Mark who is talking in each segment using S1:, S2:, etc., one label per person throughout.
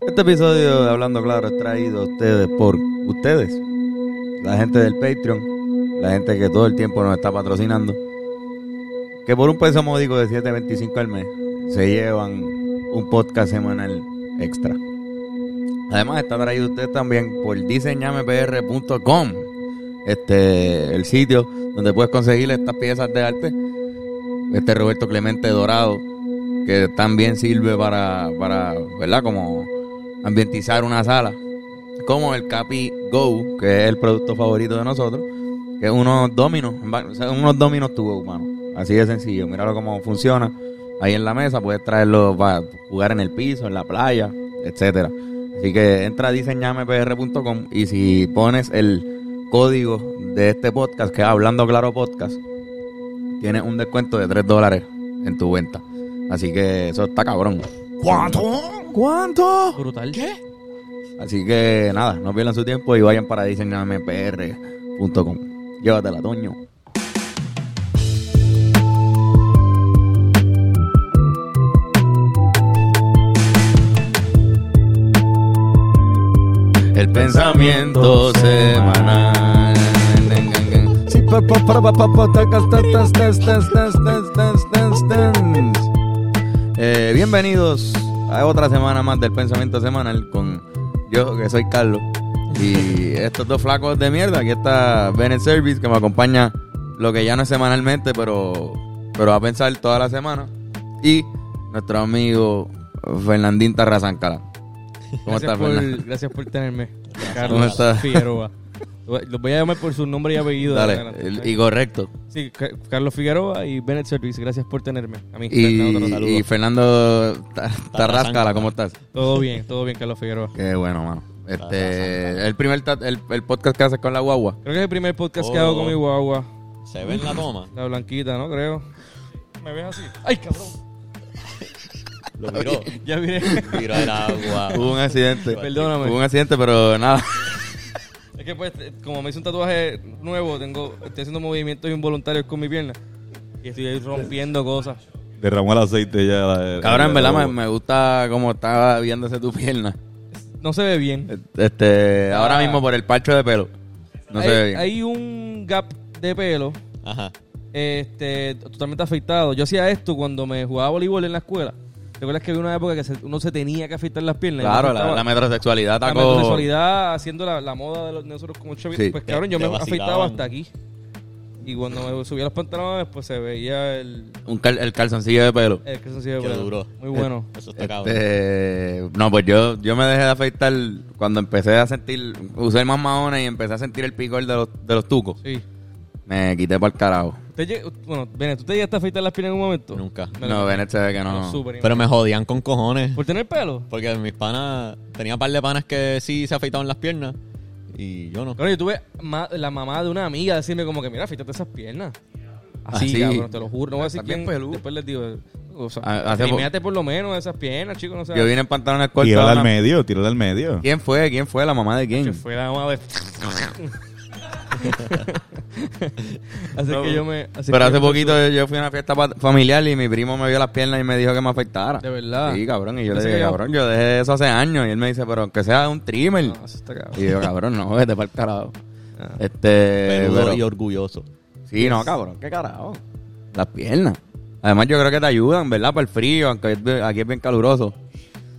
S1: Este episodio de Hablando Claro es traído a ustedes por ustedes, la gente del Patreon, la gente que todo el tiempo nos está patrocinando, que por un peso módico de 7.25 al mes se llevan un podcast semanal extra. Además está traído a ustedes también por diseñamepr.com, este, el sitio donde puedes conseguir estas piezas de arte. Este Roberto Clemente Dorado, que también sirve para, para ¿verdad? Como ambientizar una sala. Como el Capi Go, que es el producto favorito de nosotros, que es unos dominos, o sea, unos dominos to go, mano. Así de sencillo, míralo cómo funciona. Ahí en la mesa puedes traerlo para jugar en el piso, en la playa, etcétera. Así que entra a diseñamepr.com y si pones el código de este podcast, que es Hablando Claro Podcast, tienes un descuento de 3 dólares en tu cuenta. Así que eso está cabrón.
S2: ¿Cuánto?
S1: ¿Cuánto?
S3: Brutal.
S2: ¿Qué?
S1: Así que nada, no pierdan su tiempo y vayan para diseñampr.com. Llévatela, Toño. El pensamiento semanal. Eh, bienvenidos a otra semana más del pensamiento semanal con yo que soy Carlos y estos dos flacos de mierda. Aquí está Bennett Service que me acompaña lo que ya no es semanalmente, pero, pero va a pensar toda la semana. Y nuestro amigo Fernandín Tarrazáncala. ¿Cómo
S3: Gracias,
S1: estás, Fernando?
S3: por, gracias por tenerme.
S1: ¿Cómo estás?
S3: Figueroa. Los voy a llamar por su nombre y apellido.
S1: Dale, el- y correcto.
S3: Sí, Ca- Carlos Figueroa y Bennett Service. Gracias por tenerme. A mí, Fernando, te saludo.
S1: Y, y Fernando Ta- Tarrascala,
S2: Tarrazáncala.
S1: ¿cómo estás?
S3: Todo bien, todo bien, Carlos Figueroa.
S1: Qué bueno, mano. Este, el primer ta- el, el podcast que haces con la guagua.
S3: Creo que es el primer podcast que
S2: Oh.
S3: hago con mi guagua.
S2: ¿Se ve en la toma?
S3: La blanquita, ¿no? Creo. ¿Me ves así? ¡Ay, cabrón!
S2: Lo miró.
S3: Ya miré.
S2: Miró el agua.
S1: Hubo un accidente.
S3: Ah. Perdóname.
S1: Hubo un accidente, pero nada.
S3: Es que pues, eh, como me hice un tatuaje nuevo, tengo, estoy haciendo movimientos involuntarios con mi pierna. Y estoy rompiendo cosas.
S4: Derramó el aceite ya. la-
S1: Cabrón, en
S4: la-
S1: verdad me, me gusta cómo está viéndose tu pierna.
S3: No se ve bien.
S1: Este, ahora
S3: Ah.
S1: mismo por el parcho de pelo. No
S3: hay,
S1: se ve bien.
S3: hay un gap de pelo
S2: Ajá.
S3: este, totalmente afeitado. Yo hacía esto cuando me jugaba voleibol en la escuela. ¿Te acuerdas que había una época que se- uno se tenía que afeitar las piernas?
S1: claro,
S3: Y
S1: la,
S3: afeitaba-
S1: la metrosexualidad
S3: la
S1: atacó.
S3: metrosexualidad haciendo la, la moda de los, nosotros como chavitos.
S1: Sí.
S3: Pues
S2: Te-
S3: cabrón, yo
S2: te
S3: me afeitaba
S2: vacilaban.
S3: hasta aquí. Y cuando me subía los pantalones, pues se veía el,
S1: Un cal- el calzoncillo de pelo.
S3: el calzoncillo de
S2: Qué
S3: pelo.
S2: duro.
S3: Muy bueno.
S2: Eso está cabrón.
S1: Este, no, pues yo, yo me dejé de afeitar cuando empecé a sentir, usé más maones y empecé a sentir el picor de los, de los tucos.
S3: Sí.
S1: Me quité para el carajo.
S3: Usted lleg- bueno, Bene, ¿tú te llegaste a afeitar las piernas en un momento?
S2: Nunca.
S1: No, Bennett se ve que no.
S3: súper
S2: Pero me jodían con cojones.
S3: ¿Por tener pelo?
S2: Porque mis panas. Tenía un par de panas que sí se afeitaban las piernas. Y yo no.
S1: Eh,
S3: Claro, yo tuve ma- la mamá de una amiga decirme como que, mira, fíjate esas piernas. Así,
S1: Ah, sí.
S3: cabrón, te lo juro. No voy a decir
S1: Estás bien
S3: quién.
S1: pelú.
S3: Después les digo, o
S1: Ah,
S3: sea,
S1: hace po-
S3: triméate por lo menos esas piernas, chicos. No sé.
S1: yo vine en pantalones cortos.
S4: Tírala al
S1: una-
S4: medio, tírala al medio.
S1: ¿Quién fue? ¿Quién fue? ¿La mamá de
S3: Que
S1: quién?
S3: fue la mamá de... así que yo me... así
S1: Pero
S3: que
S1: hace
S3: yo me-
S1: poquito yo, yo fui a una fiesta pa- familiar y mi primo me vio las piernas y me dijo que me afeitara.
S3: De verdad.
S1: Sí, cabrón. Y yo le
S3: Pensé
S1: dije,
S3: que yo-
S1: cabrón, yo dejé eso hace años. Y él me dice, pero aunque sea un trimmer.
S3: No, eso está cabrón.
S1: Y yo, cabrón, no, vete para el carajo.
S3: Ah.
S1: Este.
S2: Peludo
S1: pero-
S2: y orgulloso.
S1: Sí, no, cabrón, qué carajo. Las piernas. Además, yo creo que te ayudan, ¿verdad? Para el frío, aunque es bien- aquí es bien caluroso.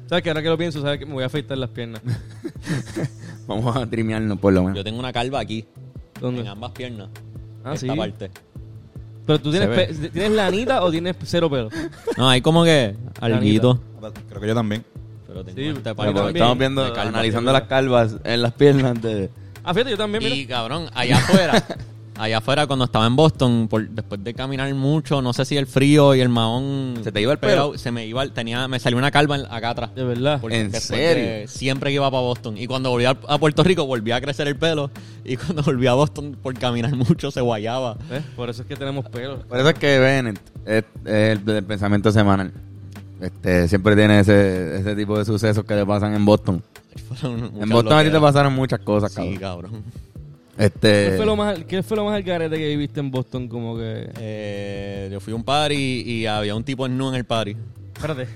S3: ¿Sabes que Ahora que lo pienso, ¿sabes que Me voy a afeitar las piernas.
S1: Vamos a trimearnos por lo
S2: Yo
S1: menos.
S2: tengo una calva aquí. En
S3: ¿Dónde?
S2: ambas piernas.
S3: Ah,
S2: esta
S3: sí.
S2: parte.
S3: Pero tú tienes,
S2: Se
S3: pe- ¿tienes lanita o tienes cero pelo?
S2: No, hay como que. Alguito.
S4: Creo que yo también.
S2: Pero tengo este
S3: Sí, pero
S2: esta parte
S1: Pero
S3: también.
S1: estamos viendo,
S2: de calva.
S1: analizando las calvas en las piernas de.
S3: Ah, fíjate, yo también, mira.
S2: Y cabrón, allá afuera, allá afuera cuando estaba en Boston, por- después de caminar mucho, no sé si el frío y el mahón.
S1: ¿Se te iba el pelo?
S2: Se me iba, el- tenía, me salió una calva en- acá atrás.
S3: De verdad.
S2: Porque
S1: ¿En
S2: después
S1: serio?
S2: de- siempre que iba para Boston. Y cuando volví a, a Puerto Rico, volví a crecer el pelo. Y cuando volví a Boston, por caminar mucho, se guayaba.
S3: ¿Ves? Por eso es que tenemos pelo.
S1: Por eso es que Bennett es, es el, del pensamiento semanal. Este, siempre tiene ese, ese tipo de sucesos que le pasan en Boston. en Boston a ti te pasaron muchas cosas,
S2: Sí,
S1: cabrón.
S2: cabrón.
S1: Este,
S3: ¿Qué fue lo más, qué fue lo más al garete que viviste en Boston? Como que.
S2: Eh, yo fui a un party y había un tipo en nu en el party.
S3: Espérate.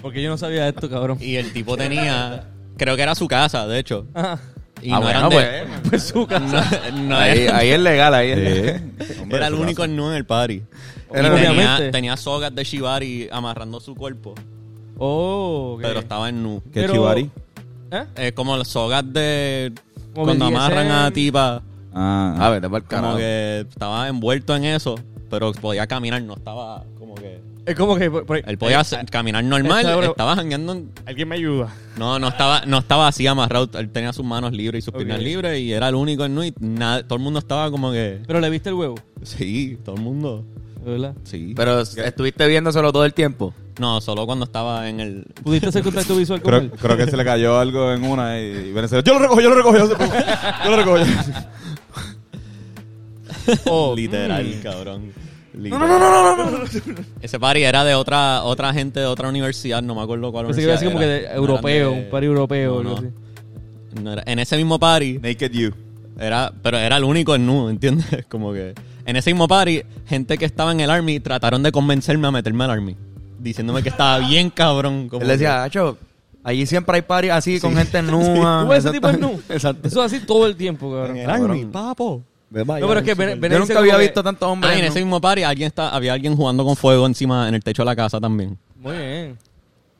S3: Porque yo no sabía esto, cabrón.
S2: Y el tipo tenía. Creo que era su casa, de hecho.
S3: Ajá.
S2: Y
S1: Ah,
S2: no
S1: bueno,
S2: eran de-
S1: pues.
S3: Pues su casa.
S2: No, no
S1: ahí,
S2: eran-
S1: ahí es legal, ahí es legal.
S4: Sí. Hombre,
S2: era el
S4: eso
S2: único
S4: pasa.
S2: nu en el party.
S3: Era
S2: Y
S3: obviamente.
S2: tenía, tenía sogas de shibari amarrando su cuerpo,
S3: Oh, ok.
S2: pero estaba en nu.
S4: ¿Qué
S3: Pero-
S4: chivari?
S3: ¿Eh?
S2: Eh, como las sogas de
S3: Como
S2: cuando
S3: BDSM.
S2: amarran a tipa,
S1: A
S4: Ah,
S1: ver, para el
S2: como
S1: carajo.
S2: que estaba envuelto en eso, pero podía caminar, no estaba como que
S3: Es como que. por- por ahí-
S2: él podía hacer- caminar normal,
S3: Eh, Esta hora-
S2: estaba jangueando, en-
S3: Alguien me ayuda.
S2: no, no estaba, no estaba así amarrado, él tenía sus manos libres y sus
S3: Ok.
S2: piernas libres y era el único en nu y nada- todo el mundo estaba como que
S3: Pero le viste el huevo.
S2: sí, todo el mundo,
S3: ¿Verdad?
S2: sí,
S1: Pero estuviste viéndoselo todo el tiempo.
S2: no, solo cuando estaba en el
S3: ¿Pudiste hacer contacto visual con
S4: Creo,
S3: él?
S4: creo que se le cayó algo en una y, y Venezuela. Yo lo recojo, yo lo recojo, yo lo recojo. Yo lo recojo.
S2: Oh, Literal, cabrón. No, no, no, Mm. Ese party era de otra, otra gente de otra universidad, no me acuerdo cuál
S3: Pensé que iba a ser
S2: universidad.
S3: como que de
S2: era. No
S3: europeo,
S2: eran de-
S3: un par europeo.
S2: No,
S3: algo
S2: no.
S3: así.
S2: No era- en ese mismo party,
S4: Naked You.
S2: era, pero era el único en nu, ¿entiendes? Como que. En ese mismo party, gente que estaba en el army trataron de convencerme a meterme al army. Diciéndome que estaba bien cabrón. Como
S1: Él decía, Acho, allí siempre hay parties así con gente nua.
S3: ¿Tú ves ese tipo de nu?
S1: Exacto.
S3: Eso es así todo el tiempo,
S2: que,
S3: cabrón.
S2: en el army, papo.
S1: No,
S3: pero es que Ven-
S1: Yo
S3: Venecia
S1: nunca
S3: como
S1: había
S3: que-
S1: visto tantos hombres.
S2: Ah, y en
S1: nu.
S2: ese mismo party alguien está, había alguien jugando con fuego encima en el techo de la casa también.
S3: Muy bien.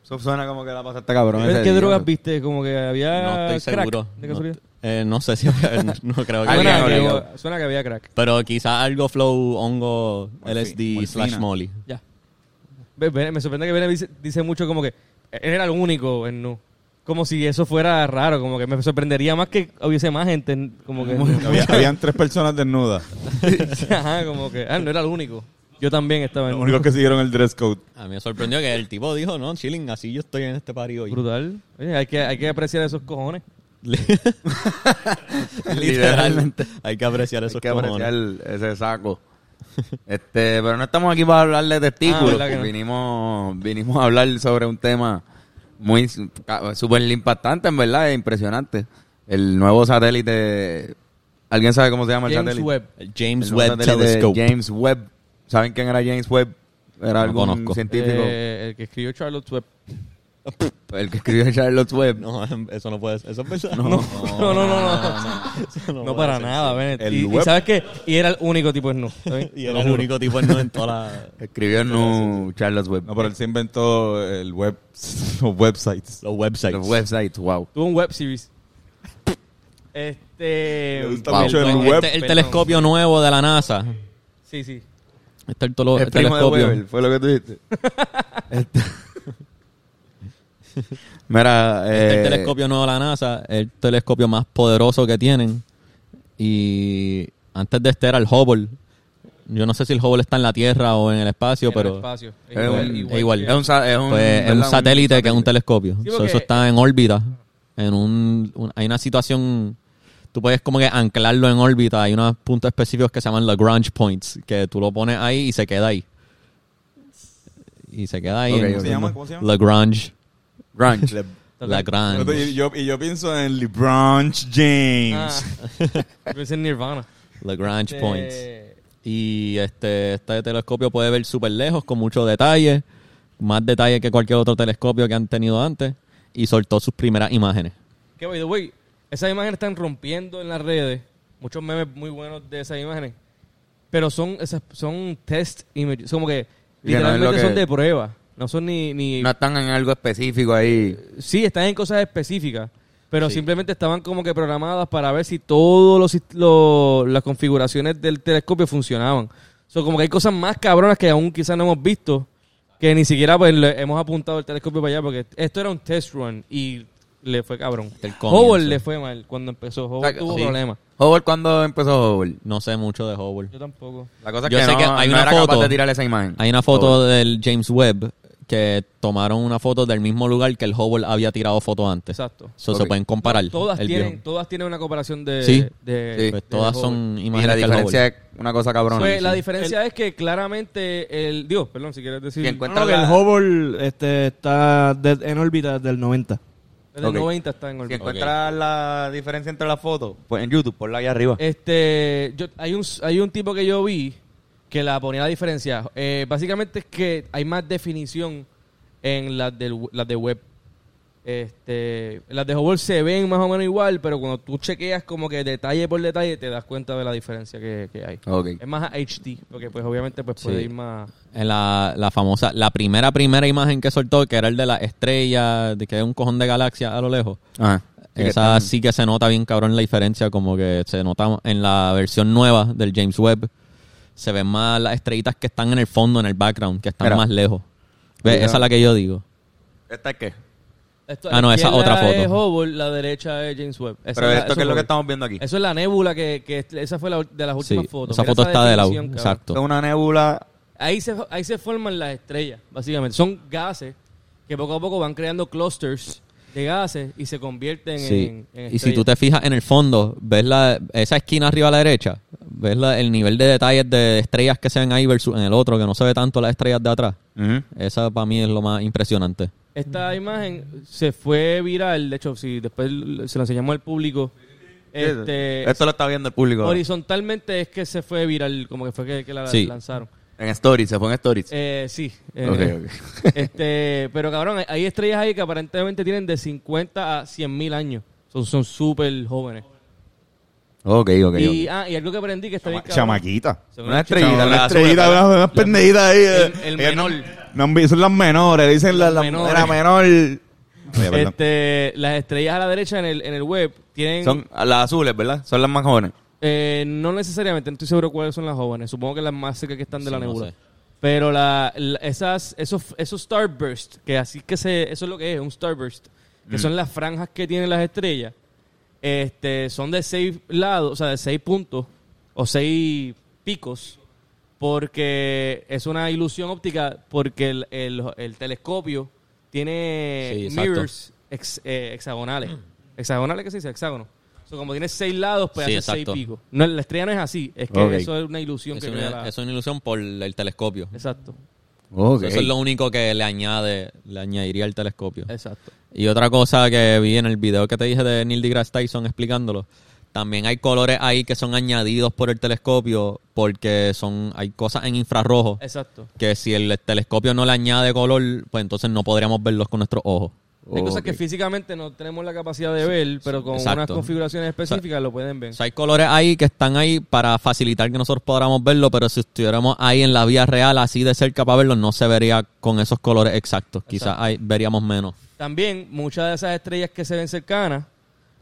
S1: Eso suena como que la pasaste cabrón.
S3: ¿Pero
S1: ese
S3: ¿Qué
S1: día.
S3: drogas viste? Como que había.
S2: No estoy
S3: Eh, crack,
S2: seguro.
S3: De
S2: no,
S3: casualidad.
S2: eh, no sé si había- no creo que
S1: Alguien
S3: Suena,
S1: obligado.
S3: que, suena que había crack.
S2: Pero quizás algo flow, hongo,
S4: Morfi-
S2: LSD,
S4: morfina.
S2: slash molly.
S3: Ya. Ve- Ve- me sorprende que Bene dice, dice mucho como que él era el único en nu. Como si eso fuera raro, como que me sorprendería más que hubiese más gente, en- como que...
S4: Había- habían tres personas desnudas.
S3: Ajá, como que... Ah, no era el único. Yo también estaba en
S4: Los
S3: nu.
S4: únicos que siguieron el dress code.
S2: A mí me sorprendió que el tipo dijo, no, chilling, así yo estoy en este party hoy.
S3: Brutal. Oye, hay, que, hay que apreciar esos cojones.
S2: Literal. Hay que apreciar esos
S1: Hay que
S2: cojones.
S1: apreciar ese saco. Este, pero no estamos aquí para hablar de testículos.
S3: Ah, ¿verdad que no?
S1: vinimos, vinimos a hablar sobre un tema muy su- ca- súper impactante, en verdad, e impresionante. El nuevo satélite. ¿Alguien sabe cómo se llama el
S3: James
S1: satélite?
S3: Webb.
S2: El James
S1: El nuevo
S2: Webb
S1: satélite
S2: Telescope.
S1: James Webb. ¿Saben quién era James Webb? Era
S2: No
S1: algún
S2: conozco.
S1: científico.
S3: Eh, el que escribió Charlotte Webb.
S1: El que escribió Charlotte Webb.
S2: No, eso no puede ser. Eso es verdad.
S3: No, no, no, no. No,
S2: Eso no
S3: No
S2: puede
S3: para
S2: ser.
S3: nada, Bennett.
S4: El
S3: Y, y
S4: web.
S3: sabes qué? Y era el único tipo en nu. ¿está bien?
S2: Y
S3: Te
S2: era
S3: lo
S2: el
S3: juro.
S2: único tipo en, en toda la-
S1: Escribió no Charlotte Webb.
S4: No, pero él se inventó el web, los websites.
S2: los websites.
S1: Los websites, wow.
S3: Tuvo un web series. Este...
S4: Me gusta
S1: Wow.
S4: mucho el
S2: Este
S4: web.
S2: es el
S3: Perdón.
S2: telescopio nuevo de la NASA.
S3: Sí, sí.
S2: Este es el, tolo-
S1: El
S2: el
S1: primo de
S2: telescopio.
S1: Weber, fue lo que tú dijiste. Este- Mira,
S2: Este es
S1: eh,
S2: el telescopio nuevo de la NASA, el telescopio más poderoso que tienen. Y antes de este era el Hubble. Yo no sé si el Hubble está en la Tierra o en el espacio,
S3: En el
S2: pero
S3: espacio. Ah.
S1: Es un-
S2: es igual.
S3: que-
S1: es un, sa- es un,
S2: pues, es un
S1: ¿verdad?
S2: satélite que es un telescopio.
S3: Sí,
S2: So,
S3: porque-
S2: eso está en órbita. En un, un- hay una situación, tú puedes como que anclarlo en órbita. Hay unos puntos específicos que se llaman Lagrange points, que tú lo pones ahí y se queda ahí. Y se queda ahí.
S1: Ok,
S2: en-
S1: ¿cómo se
S4: llama? ¿Cómo se llama?
S2: Lagrange.
S1: Grunge.
S4: Le-
S2: Lagrange.
S4: y, yo, y yo pienso en LeBron James.
S3: Ah. Pensé en Nirvana.
S2: Lagrange
S3: Eh,
S2: points. Y este, este telescopio puede ver súper lejos, con mucho detalle, más detalle que cualquier otro telescopio que han tenido antes, y soltó sus primeras imágenes.
S3: Que by the way, esas imágenes están rompiendo en las redes. Muchos memes muy buenos de esas imágenes. Pero son esas son test images. Como que
S1: Que no es lo
S3: literalmente son
S1: que-
S3: de prueba. No son ni. ni
S1: No están en algo específico ahí.
S3: Sí, están en cosas específicas. Pero simplemente estaban como que programadas para ver si todas las configuraciones del telescopio funcionaban. So, como que hay cosas más cabronas que aún quizás no hemos visto, que ni siquiera pues, le hemos apuntado el telescopio para allá, porque esto era un test run y le fue cabrón.
S2: Este el comienzo.
S3: Hubble le fue mal cuando empezó. Hubble
S1: O sea,
S3: tuvo
S1: sí.
S3: problemas.
S1: Hubble, ¿cuándo empezó Hubble?
S2: No sé mucho de Hubble.
S3: Yo tampoco.
S1: La cosa es
S2: Yo
S1: que,
S2: sé
S1: no,
S2: que hay
S1: no
S2: una
S1: era capaz
S2: foto.
S1: de tirar esa imagen.
S2: Hay una foto del James Webb que tomaron una foto del mismo lugar que el Hubble había tirado foto antes.
S3: Exacto.
S2: So,
S1: Ok.
S2: Se pueden comparar.
S3: Todas
S2: el
S3: tienen,
S2: guión.
S3: todas tienen una cooperación de...
S2: Sí.
S3: de-
S1: Sí.
S3: de
S2: Pues todas
S3: Hubble.
S2: son
S1: Y la
S2: imágenes del
S1: diferencia
S2: Hubble.
S1: es una cosa cabrona.
S3: Pues,
S1: Sí.
S3: la diferencia es que claramente el... Dios, perdón, si quieres decir...
S1: Que
S3: Desde
S1: encuentra
S5: No, que
S1: la-
S5: el Hubble este, está de- en órbita desde el 90.
S1: Ok.
S3: el 90 está en
S1: Si
S3: órbita.
S1: encuentras la diferencia entre las fotos, pues en YouTube, ponla ahí arriba.
S3: Este, yo, hay, un, hay un tipo que yo vi que la ponía la diferencia. Eh, básicamente es que hay más definición en las, del, las de web. Este, las de Hubble se ven más o menos igual, pero cuando tú chequeas como que detalle por detalle, te das cuenta de la diferencia que, que hay.
S1: Ok.
S3: Es más HD, porque pues obviamente pues puede
S2: Sí.
S3: ir más...
S2: En la, la famosa, la primera, primera imagen que soltó, que era el de la estrella, de que es un cojón de galaxia a lo lejos.
S1: Ajá. Y que
S2: Esa
S1: están-
S2: sí que se nota bien cabrón la diferencia, como que se nota en la versión nueva del James Webb. Se ven más las estrellitas que están en el fondo, en el background, que están
S1: Mira.
S2: más lejos. Ve,
S1: Mira.
S2: Esa es la que yo digo.
S1: ¿Esta es qué?
S3: Esto-
S2: Ah, no,
S3: la
S2: esa
S3: izquierda
S2: otra foto.
S3: Es Hubble, la derecha es James Webb. Esa
S1: Pero
S3: la-
S1: esto
S3: eso
S1: que es lo
S3: Hubble.
S1: que estamos viendo aquí.
S3: Eso es la nébula que, que esa fue la ul- de las últimas
S2: Sí,
S3: fotos.
S2: Esa
S3: Mira
S2: foto está de lado.
S3: definición, cabrón.
S1: Esto
S2: Exacto.
S1: es una nebula.
S3: Ahí se, ahí se forman las estrellas, básicamente. Son gases que poco a poco van creando clusters de gases y se convierten
S2: Sí.
S3: en, en
S2: y si
S3: estrellas.
S2: tú te fijas en el fondo, ves la, esa esquina arriba a la derecha, ves la- el nivel de detalles de estrellas que se ven ahí versus en el otro, que no se ve tanto las estrellas de atrás.
S1: Ujú.
S2: Esa para mí es lo más impresionante.
S3: Esta imagen se fue viral, de hecho, si después l- se la enseñamos al público. Este,
S1: Esto lo está viendo el público. ahora.
S3: horizontalmente es que se fue viral, como que fue que, que la
S2: Sí.
S3: lanzaron.
S1: En stories, se fue en stories.
S3: Eh, sí. eh,
S1: Ok, ok.
S3: Este, pero cabrón, hay- hay estrellas ahí que aparentemente tienen de 50 a 100 mil años. Son son súper jóvenes.
S1: Ok, ok,
S3: y,
S1: ok.
S3: ah, y algo que aprendí que está bien cabrón.
S4: Chamaquita.
S3: Son
S1: Una
S3: chama-
S1: estrellita.
S4: Una
S1: la
S4: estrellita,
S1: azul,
S4: una, una pendejita ahí. eh.
S3: el
S4: Ellas no-
S3: menor.
S4: No, han visto- son las menores, dicen la,
S3: Las
S4: la,
S3: menores.
S4: la menor. Oye, perdón.
S3: Este, las estrellas a la derecha en el, en el web tienen...
S1: Son las azules, ¿verdad? Son las más jóvenes.
S3: eh, no necesariamente, no estoy seguro cuáles son las jóvenes. Supongo que las más cerca que están de
S2: Sí,
S3: la
S2: no
S3: nebula.
S2: sé.
S3: Pero la, la- esas, esos, esos starbursts, que así que se... Eso es lo que es, un starburst. Que
S2: Mm.
S3: son las franjas que tienen las estrellas. Este, son de seis lados, o sea, de seis puntos o seis picos. Porque es una ilusión óptica, porque el, el- el telescopio
S2: Sí,
S3: tiene
S2: exacto.
S3: mirrors ex- eh, hexagonales. ¿Hexagonales qué se dice? Hexágono. O sea, como tiene seis lados, pues
S2: Sí,
S3: hace
S2: exacto.
S3: seis picos. No, la estrella no es así, es que
S1: Ok.
S3: eso es una ilusión
S2: Es
S3: que crea
S2: una,
S3: la-
S2: es una ilusión por el telescopio.
S3: Exacto,
S1: Ok.
S2: Eso es lo único que le añade, le añadiría el telescopio.
S3: exacto.
S2: Y otra cosa que vi en el video que te dije de Neil deGrasse Tyson explicándolo, también hay colores ahí que son añadidos por el telescopio porque son hay cosas en infrarrojo
S3: Exacto.
S2: que si el telescopio no le añade color, pues entonces no podríamos verlos con nuestros ojos.
S3: Hay cosas
S1: Ok.
S3: que físicamente no tenemos la capacidad de ver, pero con
S2: exacto.
S3: unas configuraciones específicas lo pueden ver.
S2: O sea, hay colores ahí que están ahí para facilitar que nosotros podamos verlo, pero si estuviéramos ahí en la vía real así de cerca para verlo, no se vería con esos colores exactos. Quizás ahí veríamos menos.
S3: También muchas de esas estrellas que se ven cercanas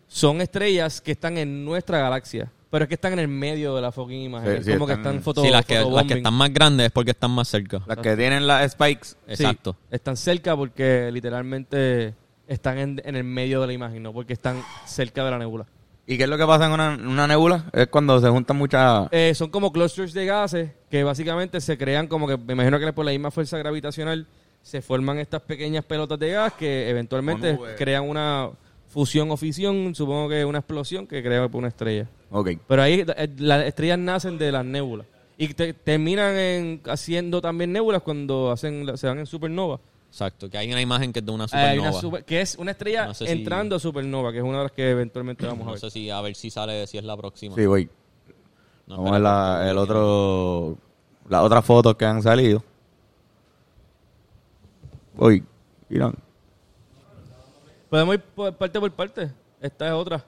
S3: son estrellas que están en nuestra galaxia, pero es que están en el medio de la fucking imagen.
S1: Sí,
S3: es
S1: sí,
S3: como que
S1: están-
S3: están foto,
S2: Sí, las que, las que
S3: photobombing.
S2: están más grandes es porque están más cerca.
S1: Las que tienen las spikes.
S3: Sí,
S2: Exacto.
S3: están cerca porque literalmente están en, en el medio de la imagen, no porque están cerca de la nebula.
S1: ¿Y qué es lo que pasa en una, una nebula? Es cuando se juntan muchas...
S3: Eh, son como clusters de gases que básicamente se crean como que, me imagino que por la misma fuerza gravitacional se forman estas pequeñas pelotas de gas que eventualmente crean una fusión o fisión, supongo que una explosión que crea una estrella.
S1: Ok.
S3: Pero ahí eh, las estrellas nacen de las nébulas. Y te- terminan en- haciendo también nébulas cuando hacen la- se van en supernova.
S2: Exacto. Que hay una imagen que es de una
S3: Ah,
S2: supernova.
S3: hay una super- que es una estrella
S2: No sé si-
S3: entrando a supernova, que es una de las que eventualmente vamos a
S2: No
S3: ver.
S2: sé si a ver si sale, si es la próxima.
S1: Sí, voy.
S2: No,
S1: Vamos a ver la, el otro... Las otras fotos que han salido. Voy. Miran.
S3: Podemos ir por parte por parte. Esta es otra.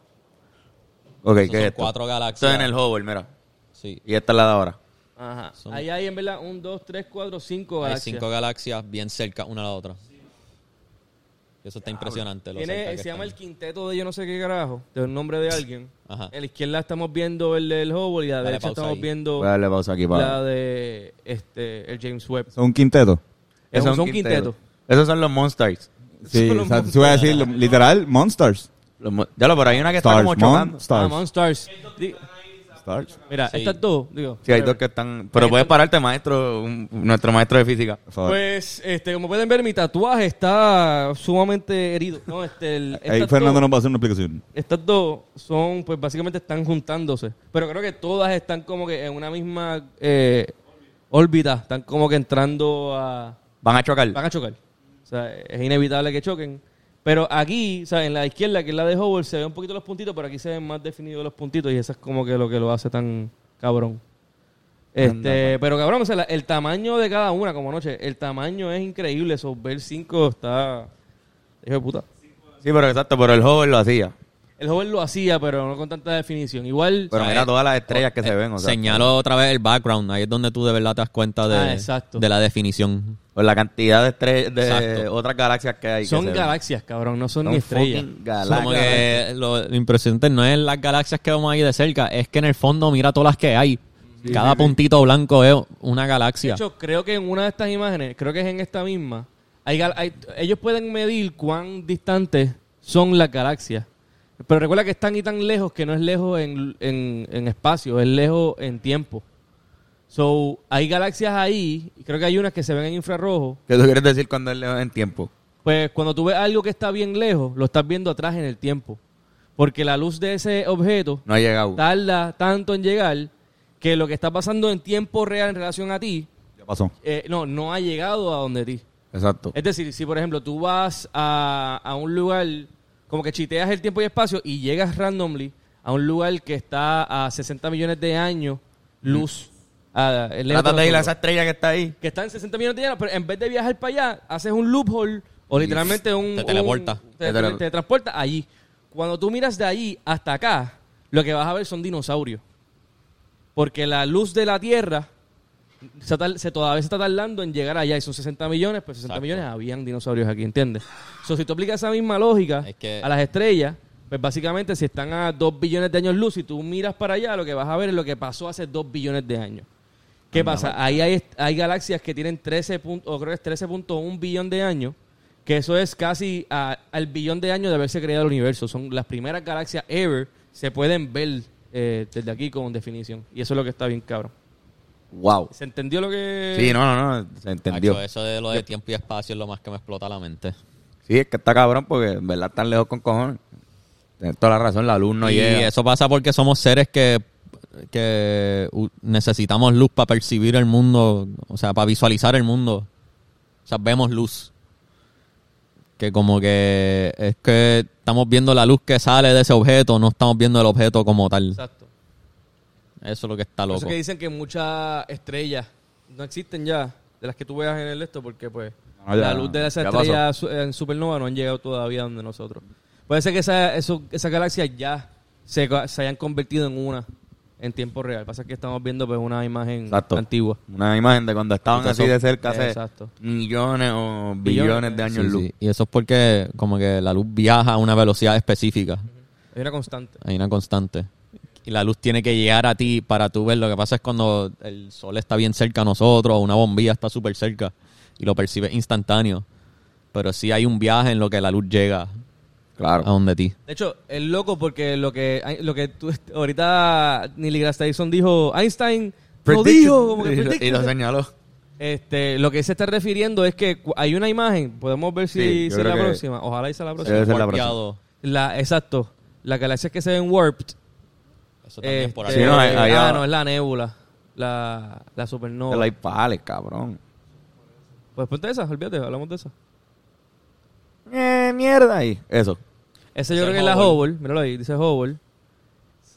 S1: Ok,
S2: Esos
S1: ¿qué es
S2: son
S1: esto?
S2: cuatro
S1: Esto
S2: galaxias.
S1: es en el Hubble, mira.
S2: Sí.
S1: Y esta es la de ahora.
S3: Ajá.
S2: Son-
S3: Ahí hay en verdad un, dos, tres, cuatro, cinco
S2: Hay
S3: galaxias.
S2: cinco galaxias bien cerca una a la otra. Eso está impresionante. lo
S3: Tiene-
S2: cerca que
S3: se llama el
S2: están.
S3: quinteto de yo no sé qué carajo, de un nombre de alguien.
S2: Ajá.
S3: En la izquierda estamos viendo el del Hubble y a la
S2: Dale
S3: derecha
S2: pausa
S3: estamos
S2: ahí.
S3: viendo
S1: Voy a darle pausa aquí para...
S3: la de este el James Webb.
S4: Son un quinteto.
S3: Es
S1: Esos
S3: un, son quinteto.
S1: Esos son los Monsters.
S4: Sí,
S3: Son
S4: o
S3: los
S4: sea, se iba a decir, lo- literal, Monsters.
S1: Los mon- ya lo, pero hay una que está
S4: Stars,
S1: como
S4: Mon,
S1: chocando.
S3: Ah,
S4: Stars.
S3: Monstars. Di-
S4: Stars.
S3: Mira,
S2: Sí.
S3: estas dos, digo.
S1: Sí, hay dos que están... Pero puedes pararte, maestro. un- nuestro maestro de física.
S4: Por favor.
S3: Pues, este, como pueden ver, mi tatuaje está sumamente herido. No, este, el,
S4: Ahí
S3: estas
S4: Fernando
S3: dos-
S4: nos va a hacer una explicación.
S3: Estas dos son, pues básicamente están juntándose. Pero creo que todas están como que en una misma eh, órbita. Están como que entrando a.
S1: Van a chocar.
S3: Van a chocar. O sea, es inevitable que choquen. Pero aquí, o sea, en la izquierda, que es la de Hubble, se ven un poquito los puntitos, pero aquí se ven más definidos los puntitos y eso es como que lo que lo hace tan cabrón. Este, pero cabrón, o sea, la- el tamaño de cada una como noche, el tamaño es increíble. So, ver cinco está. Hijo de puta.
S1: Sí, pero exacto, pero el joven lo hacía.
S3: El joven lo hacía, pero no con tanta definición. Igual.
S1: Pero
S2: sea,
S1: mira
S2: eh,
S1: todas las estrellas que se ven, o sea,
S2: Señalo otra vez el background. Ahí es donde tú de verdad te das cuenta de,
S3: Ah, exacto.
S2: de la definición.
S1: por la cantidad de estrellas de
S2: Exacto.
S1: otras galaxias que hay. que
S3: son
S1: se ven.
S3: galaxias, cabrón, no son,
S1: Son
S3: ni estrellas.
S1: fucking
S2: Como
S1: galaxias.
S2: que lo, lo impresionante no es las galaxias que vemos ahí de cerca, es que en el fondo mira todas las que hay. Cada puntito blanco es una
S3: De
S2: galaxia.
S3: hecho, creo que en una de estas imágenes, creo que es en esta misma, hay gal- hay- ellos pueden medir cuán distantes son las galaxias. Pero recuerda que están y tan lejos que no es lejos en, en- en espacio, es lejos en tiempo. So, hay galaxias ahí, y creo que hay unas que se ven en infrarrojo.
S1: ¿Qué tú quieres decir cuando él le- en tiempo?
S3: Pues cuando tú ves algo que está bien lejos, lo estás viendo atrás en el tiempo. Porque la luz de ese objeto
S1: No ha llegado.
S3: tarda tanto en llegar que lo que está pasando en tiempo real en relación a ti
S4: Ya pasó.
S3: eh, no, no ha llegado a donde ti.
S1: Exacto.
S3: Es decir, si por ejemplo tú vas a, a un lugar, como que chiteas el tiempo y espacio y llegas randomly a un lugar que está a 60 millones de años luz. a- lejos de
S1: Trata de ir a
S3: nosotros.
S1: esa estrella que está ahí.
S3: que está en 60 millones de años, pero en vez de viajar para allá, haces un loophole o literalmente un...
S2: te teleporta.
S3: un- te,
S1: Te tele-
S3: te- te transporta allí. Cuando tú miras de allí hasta acá, lo que vas a ver son dinosaurios. Porque la luz de la Tierra se, tar- se todavía se está tardando en llegar allá y son 60 millones, pues 60
S2: Exacto.
S3: millones habían dinosaurios aquí, ¿entiendes? So, si tú aplicas esa misma lógica
S2: Es que-
S3: a las estrellas, pues básicamente si están a 2 billones de años luz, si tú miras para allá, lo que vas a ver es lo que pasó hace 2 billones de años. ¿Qué pasa? Ahí hay, hay galaxias que tienen 13 punto- o creo que es 13.1 billón de años, que eso es casi a- al billón de años de haberse creado el universo. Son las primeras galaxias ever, se pueden ver eh, desde aquí con definición. Y eso es lo que está bien cabrón.
S1: Wow.
S3: ¿Se entendió lo que...?
S1: Sí, no, no, no, se entendió.
S2: Macho, Eso de lo de tiempo y espacio es lo más que me explota la mente.
S1: Sí, es que está cabrón porque en verdad están lejos con cojones. Tienes toda la razón, la luz no
S2: y
S1: llega.
S2: eso pasa porque somos seres que, que u- necesitamos luz para percibir el mundo, o sea, para visualizar el mundo. O sea, vemos luz. Que como que es que estamos viendo la luz que sale de ese objeto, no estamos viendo el objeto como tal.
S3: Exacto.
S2: Eso es lo que está
S3: Por
S2: loco.
S3: eso que dicen que muchas estrellas no existen ya, de las que tú veas en el esto, porque pues
S4: No, ya,
S3: la luz de esas
S1: ya pasó.
S3: estrellas su- en supernova no han llegado todavía donde nosotros. Puede ser que esa- eso- esas galaxias ya se, co- se hayan convertido en una en tiempo real. Pasa que estamos viendo pues una imagen
S1: Exacto.
S3: antigua.
S1: Una imagen de cuando estaban
S2: Entonces
S1: así de
S2: son-
S1: cerca hace
S3: Exacto.
S1: millones o billones, de años
S2: Sí,
S1: luz.
S2: sí. Y eso es porque como que la luz viaja a una velocidad específica.
S3: Hay una constante.
S2: Hay una constante. Y la luz tiene que llegar a ti para tú ver. Lo que pasa es cuando el sol está bien cerca a nosotros, o una bombilla está súper cerca y lo percibes instantáneo. Pero sí hay un viaje en lo que la luz llega a
S1: Claro.
S2: donde ti.
S3: De hecho, es loco porque lo que lo que tú ahorita Neil deGrasse Tyson dijo, Einstein lo dijo, como que
S1: Y lo- y
S3: predicted.
S1: lo señaló.
S3: Este, lo que se está refiriendo es que cu- hay una imagen, podemos ver si,
S1: Sí, yo
S3: si es la
S1: creo que-
S3: próxima, ojalá y sea la próxima.
S1: Debe ser la
S2: Warpeado.
S3: La, exacto, las galaxias que se ven warped.
S2: Eso también por ahí.
S3: este,
S1: Sí, no, ahí- ahí
S3: ah,
S1: va.
S3: no, es la nébula, la, la supernova.
S1: Te la pales, cabrón.
S3: Pues ponte esa, olvídate, hablamos de esa.
S1: Eh, mierda ahí. Eso.
S3: Esa yo
S2: Esa
S3: creo que
S2: es
S3: es la
S2: Hubble.
S3: Hubble, míralo ahí, dice Hubble.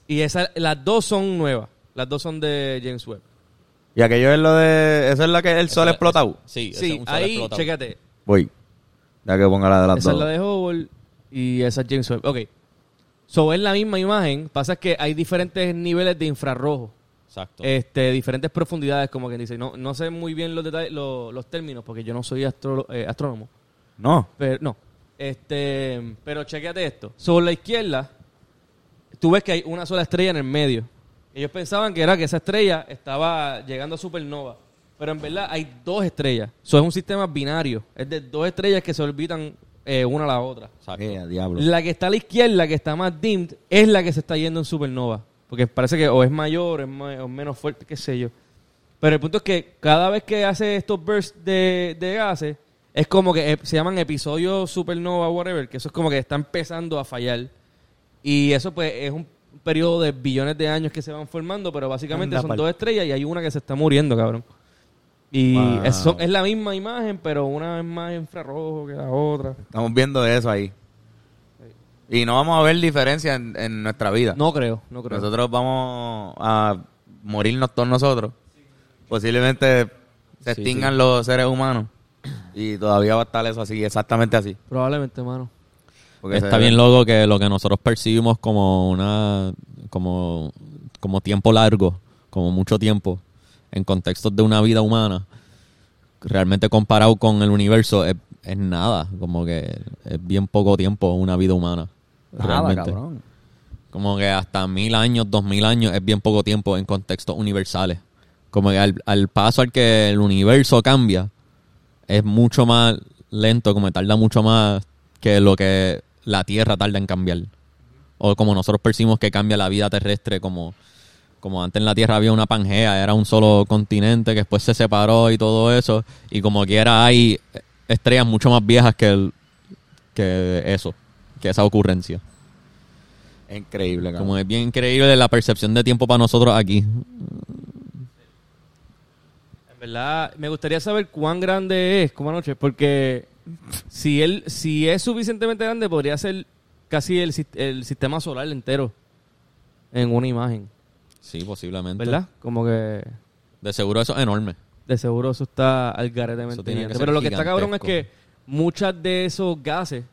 S3: Y esa, las dos son nuevas, las dos son de James Webb.
S1: Y aquello es lo de. Eso es lo que el sol uh.
S2: Eso-
S1: explotado.
S2: Sí, ese es
S3: sí,
S2: un sol uh.
S3: ahí,
S2: explotado.
S3: chécate,
S1: Voy. Ya que ponga la de las
S3: Esa es
S1: dos.
S3: la de Hubble y esa es James Webb. Ok. So, es la misma imagen. Pasa que hay diferentes niveles de infrarrojo.
S2: Exacto.
S3: Este, diferentes profundidades, como quien dice. No, no sé muy bien los detalles, lo- los términos, porque yo no soy astro- eh, astrónomo.
S1: No.
S3: Pero no. Este, pero chequéate esto. Sobre la izquierda, tú ves que hay una sola estrella en el medio. Ellos pensaban que era que esa estrella estaba llegando a supernova. Pero en verdad hay dos estrellas. Eso es un sistema binario. Es de dos estrellas que se orbitan eh, una a la otra.
S2: Exacto.
S1: Eh, diablo.
S3: La que está a la izquierda, la que está más dimmed, es la que se está yendo en supernova. Porque parece que o es mayor, es ma- o menos fuerte, qué sé yo. Pero el punto es que cada vez que hace estos bursts de, de gases, es como que eh, se llaman episodios supernova, whatever, que eso es como que está empezando a fallar. Y eso pues es un periodo de billones de años que se van formando, pero básicamente
S1: Anda
S3: son
S1: pa'l-
S3: dos estrellas y hay una que se está muriendo, cabrón. Y
S1: Wow.
S3: es, son- es la misma imagen, pero una es más infrarrojo que la otra.
S1: Estamos viendo eso ahí. Y no vamos a ver diferencia en, en nuestra vida.
S3: No creo, no creo.
S1: Nosotros vamos a morirnos todos nosotros. posiblemente se
S2: Sí,
S1: extingan los seres humanos y todavía va a estar eso así, exactamente así.
S3: Probablemente, mano.
S1: Porque
S2: Está
S1: se-
S2: bien loco que lo que nosotros percibimos como una como, como tiempo largo, como mucho tiempo, en contextos de una vida humana, realmente comparado con el universo, es, es nada, como que es bien poco tiempo una vida humana.
S1: Nada,
S2: realmente.
S1: Ah, cabrón.
S2: Como que hasta mil años, dos mil años es bien poco tiempo en contextos universales. Como que al, al paso al que el universo cambia, es mucho más lento, como que tarda mucho más que lo que la Tierra tarda en cambiar. O como nosotros percibimos que cambia la vida terrestre, como, como antes en la Tierra había una pangea, era un solo continente que después se separó y todo eso. Y como quiera hay estrellas mucho más viejas que, el- que eso, que esa ocurrencia.
S1: Es Increíble, cabrón.
S2: Como es bien increíble la percepción de tiempo para nosotros aquí.
S3: En verdad, me gustaría saber cuán grande es como anoche, porque si él, si es suficientemente grande, podría ser casi el, sis- el sistema solar entero en una imagen,
S2: Sí, posiblemente.
S3: ¿verdad? Como que
S2: De seguro eso es enorme.
S3: de seguro eso está al garete
S2: Eso
S3: mente
S2: tiene que
S3: gigante.
S2: ser
S3: Pero lo que está cabrón es que
S2: gigantesco.
S3: muchas de esos gases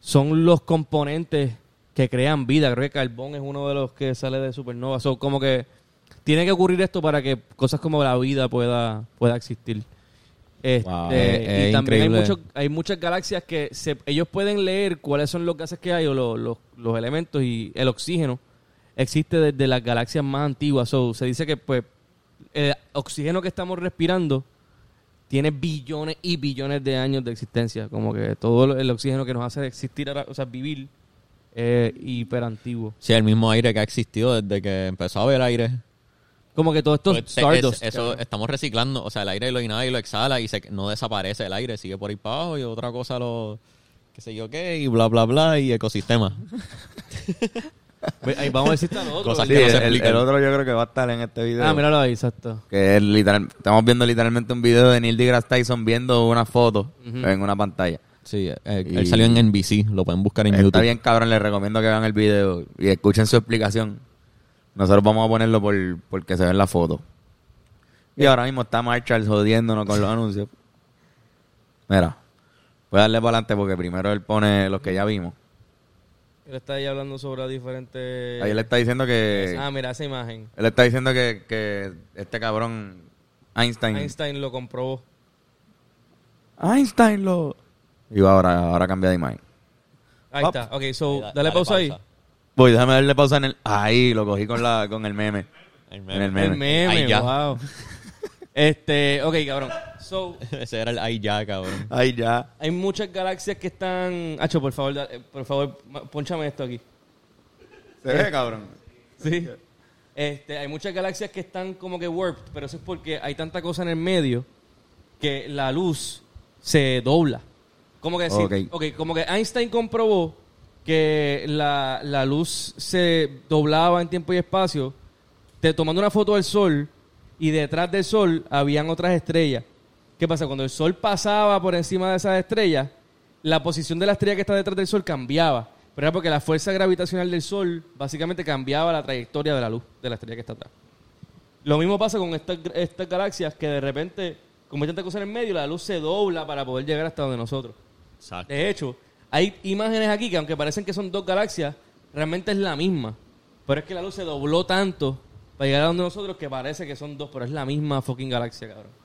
S3: son los componentes que crean vida. Creo que carbón es uno de los que sale de supernova. So, como que tiene que ocurrir esto para que cosas como la vida pueda, pueda existir. Este,
S2: Wow.
S3: y
S2: Es- es
S3: también hay,
S2: increíble.
S3: muchos- hay muchas galaxias que se- ellos pueden leer cuáles son los gases que hay o los, los- los elementos y el oxígeno existe desde las galaxias más antiguas. So, se dice que pues el oxígeno que estamos respirando tiene billones y billones de años de existencia. Como que todo lo- el oxígeno que nos hace existir, ahora, o sea, vivir, eh, hiperantiguo.
S2: Sí, el mismo aire que ha existido desde que empezó a haber aire.
S3: Como que todo esto es
S2: Pues, te-
S3: Stardust.
S2: es- eso
S3: cabrón.
S2: estamos reciclando. O sea, el aire lo inhala y lo exhala y se, no desaparece el aire. Sigue por ahí para abajo y otra cosa lo... qué sé yo qué y bla, bla, bla y ecosistema.
S3: Ve, ahí vamos a decir hasta lo otro.
S2: Cosas
S1: Sí,
S2: que no
S1: el,
S2: se
S1: el-
S2: explican.
S1: el otro yo creo que va a estar en este video.
S3: Ah, míralo ahí, exacto.
S1: Que es literal, estamos viendo literalmente un video de Neil deGrasse Tyson viendo una foto en una pantalla.
S2: Sí, eh,
S1: Y-
S2: él salió en NBC. Lo pueden buscar en
S1: Está
S2: YouTube.
S1: bien, cabrón. Les recomiendo que vean el video y escuchen su explicación. Nosotros vamos a ponerlo por, porque se ve en la foto. Y ahora mismo está Marshall jodiéndonos con los anuncios. Mira, voy a darle para adelante porque primero él pone los que ya vimos.
S3: Él está ahí hablando sobre diferentes...
S1: Ahí él está diciendo que.
S3: Ah, mira esa imagen.
S1: Él está diciendo que, que este cabrón Einstein.
S3: Einstein lo comprobó.
S1: Einstein lo. Y va ahora, ahora cambia de imagen.
S3: Ahí
S1: Up.
S3: está. Ok, so,
S2: da-
S3: dale, pausa, ahí.
S1: Voy, déjame darle pausa en el. Ahí lo cogí con la con el meme.
S2: El
S1: En
S2: meme.
S1: el meme.
S3: El meme,
S2: Ahí ya.
S3: wow. este, ok, cabrón. So,
S2: Ese era el ahí ya, cabrón.
S1: Ahí ya.
S3: Hay muchas galaxias que están. Hacho, por favor, da- eh, por favor, ma- ponchame esto aquí.
S1: Se ve, cabrón.
S3: Sí. Este, hay muchas galaxias que están como que warped, pero eso es porque hay tanta cosa en el medio que la luz se dobla. Como que decir,
S1: Ok.
S3: ok, como que Einstein comprobó que la, la luz se doblaba en tiempo y espacio, te tomando una foto del sol y detrás del sol habían otras estrellas. ¿Qué pasa? Cuando el sol pasaba por encima de esas estrellas, la posición de la estrella que está detrás del sol cambiaba. Pero era porque la fuerza gravitacional del sol básicamente cambiaba la trayectoria de la luz de la estrella que está atrás. Lo mismo pasa con estas, estas galaxias que de repente, como hay tanta cosa en el medio, la luz se dobla para poder llegar hasta donde nosotros.
S2: Exacto.
S3: De hecho, hay imágenes aquí que aunque parecen que son dos galaxias, realmente es la misma. Pero es que la luz se dobló tanto para llegar a donde nosotros que parece que son dos, pero es la misma fucking galaxia, cabrón.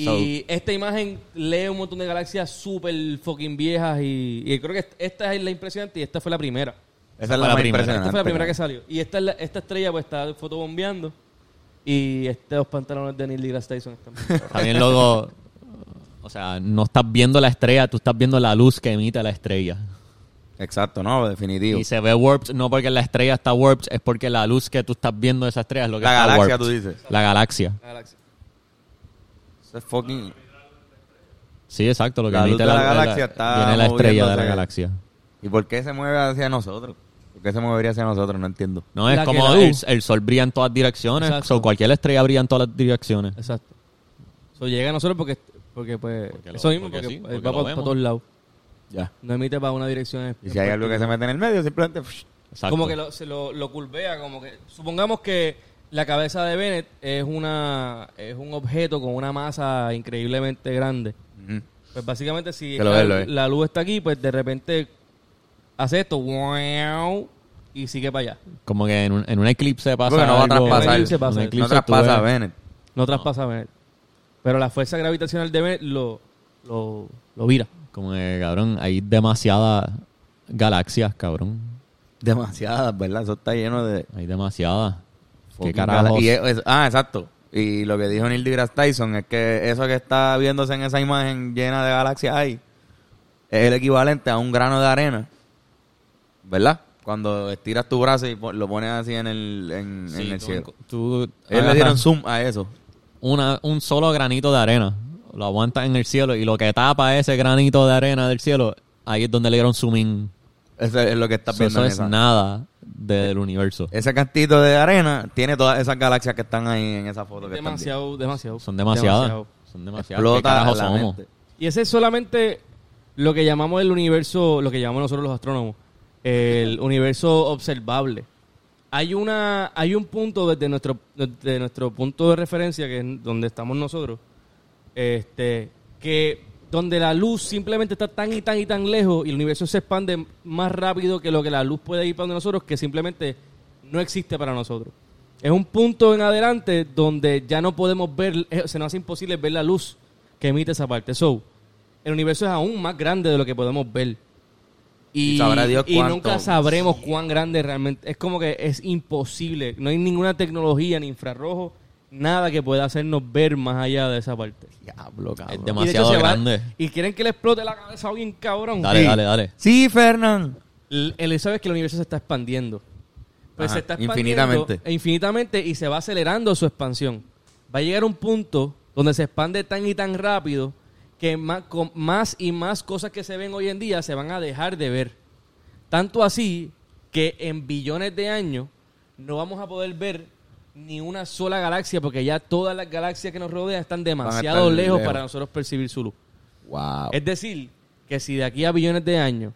S3: Y esta imagen lee un montón de galaxias súper fucking viejas y, y creo que esta es la impresionante y esta fue la primera.
S1: Esa es la,
S2: Fue la
S1: más
S2: primera.
S1: impresionante.
S3: Esta fue la primera que salió. Y esta, es la- esta estrella pues está fotobombeando y estos pantalones de Neil deGrasse Tyson están...
S2: También luego, o sea, no estás viendo la estrella, tú estás viendo la luz que emite la estrella.
S1: Exacto, no, definitivo.
S2: Y se ve warped no porque la estrella está warped, es porque la luz que tú estás viendo de esa estrella es lo que
S1: La
S2: está
S1: galaxia,
S2: warped.
S1: tú dices.
S2: La galaxia.
S3: Galaxia.
S1: Eso es fucking.
S2: Sí, exacto, lo que
S1: La luz
S2: emite
S1: de la galaxia está
S2: viene la estrella de la
S1: moviéndose.
S2: galaxia.
S1: ¿Y por qué se mueve hacia nosotros? ¿Por qué se movería hacia nosotros? No entiendo.
S2: No, es
S3: La que
S2: como
S3: la
S2: el,
S3: luz-
S2: el sol brilla en todas direcciones,
S3: Exacto.
S2: o cualquier estrella brilla en todas las direcciones.
S3: Exacto. Eso llega a nosotros porque, porque pues,
S2: Porque lo-
S3: eso mismo,
S2: porque
S3: porque,
S2: sí,
S3: eh,
S2: porque
S3: va
S2: lo
S3: para,
S2: vemos.
S3: todos lados.
S1: Ya.
S3: No emite para una dirección. en-
S1: Y si hay algo que se mete en el medio, simplemente.
S2: Exacto.
S3: Como que lo, se lo, lo curvea, como que... Supongamos que La cabeza de Bennett es una es un objeto con una masa increíblemente grande.
S1: Ujú.
S3: Pues básicamente si
S1: Que lo
S3: la,
S1: es, lo es.
S3: la luz está aquí, pues de repente hace esto wow, y sigue para allá.
S2: Como que en un, en un eclipse pasa
S1: Porque no va a
S2: algo.
S1: traspasar.
S2: En un
S3: No
S2: eclipse
S1: No
S2: tú
S1: traspasa a
S2: ves-
S1: Bennett.
S3: No traspasa Bennett. Pero la fuerza gravitacional de Bennett lo, lo, lo vira.
S2: Como que, cabrón, hay demasiadas galaxias, cabrón.
S1: Demasiadas, ¿verdad? Eso está lleno de...
S2: Hay demasiadas. ¿Qué
S1: fucking
S2: carajos?
S1: gala- y es- es- ah, exacto. Y lo que dijo Neil deGrasse Tyson es que eso que está viéndose en esa imagen llena de galaxias ahí es el equivalente a un grano de arena. ¿Verdad? Cuando estiras tu brazo y pon- lo pones así en el, en, en el cielo.
S2: Tú
S1: Ellos le
S2: agarras
S1: dieron zoom a eso.
S2: una- un solo granito de arena. Lo aguantas en el cielo y lo que tapa ese granito de arena del cielo, ahí es donde le dieron zoom in.
S1: Eso es lo que estás
S2: So,
S1: viendo.
S2: eso
S1: en
S2: es
S1: esa.
S2: nada del universo.
S1: Ese cantito de arena tiene todas esas galaxias que están ahí en esa foto. Que están
S3: Demasiado, demasiado.
S2: Son demasiadas.
S3: Demasiado.
S2: Son
S1: bien.
S2: demasiadas. ¿Qué
S1: Explota
S2: carajos
S1: la
S2: somos?
S1: mente.
S3: Y ese es solamente lo que llamamos el universo, lo que llamamos nosotros los astrónomos, el universo observable. Hay una, hay un punto desde nuestro, desde nuestro punto de referencia, que es donde estamos nosotros, este, que donde la luz simplemente está tan y tan y tan lejos y el universo se expande más rápido que lo que la luz puede ir para donde nosotros, que simplemente no existe para nosotros. Es un punto en adelante donde ya no podemos ver, eh, se nos hace imposible ver la luz que emite esa parte. So, el universo es aún más grande de lo que podemos ver. Y,
S1: Y sabrá Dios
S3: y
S1: cuánto.
S3: nunca sabremos cuán grande realmente. Es como que es imposible. No hay ninguna tecnología ni infrarrojo, nada que pueda hacernos ver más allá de esa parte.
S1: Diablo, cabrón.
S2: Es
S3: Y de hecho
S2: demasiado
S3: se va-
S2: grande.
S3: y quieren que le explote la cabeza bien cabrón.
S2: Dale, dale, dale.
S1: Sí, Fernán.
S3: L- Él sabe que el universo se está expandiendo. Pues
S1: Ajá,
S3: se está expandiendo
S1: infinitamente.
S3: e infinitamente y se va acelerando su expansión. Va a llegar un punto donde se expande tan y tan rápido que más, con más y más cosas que se ven hoy en día se van a dejar de ver. Tanto así que en billones de años no vamos a poder ver ni una sola galaxia porque ya todas las galaxias que nos rodean están
S1: a estar
S3: demasiado
S1: lejos.
S3: lejos, para nosotros percibir su luz.
S1: Wow.
S3: Es decir, que si de aquí a billones de años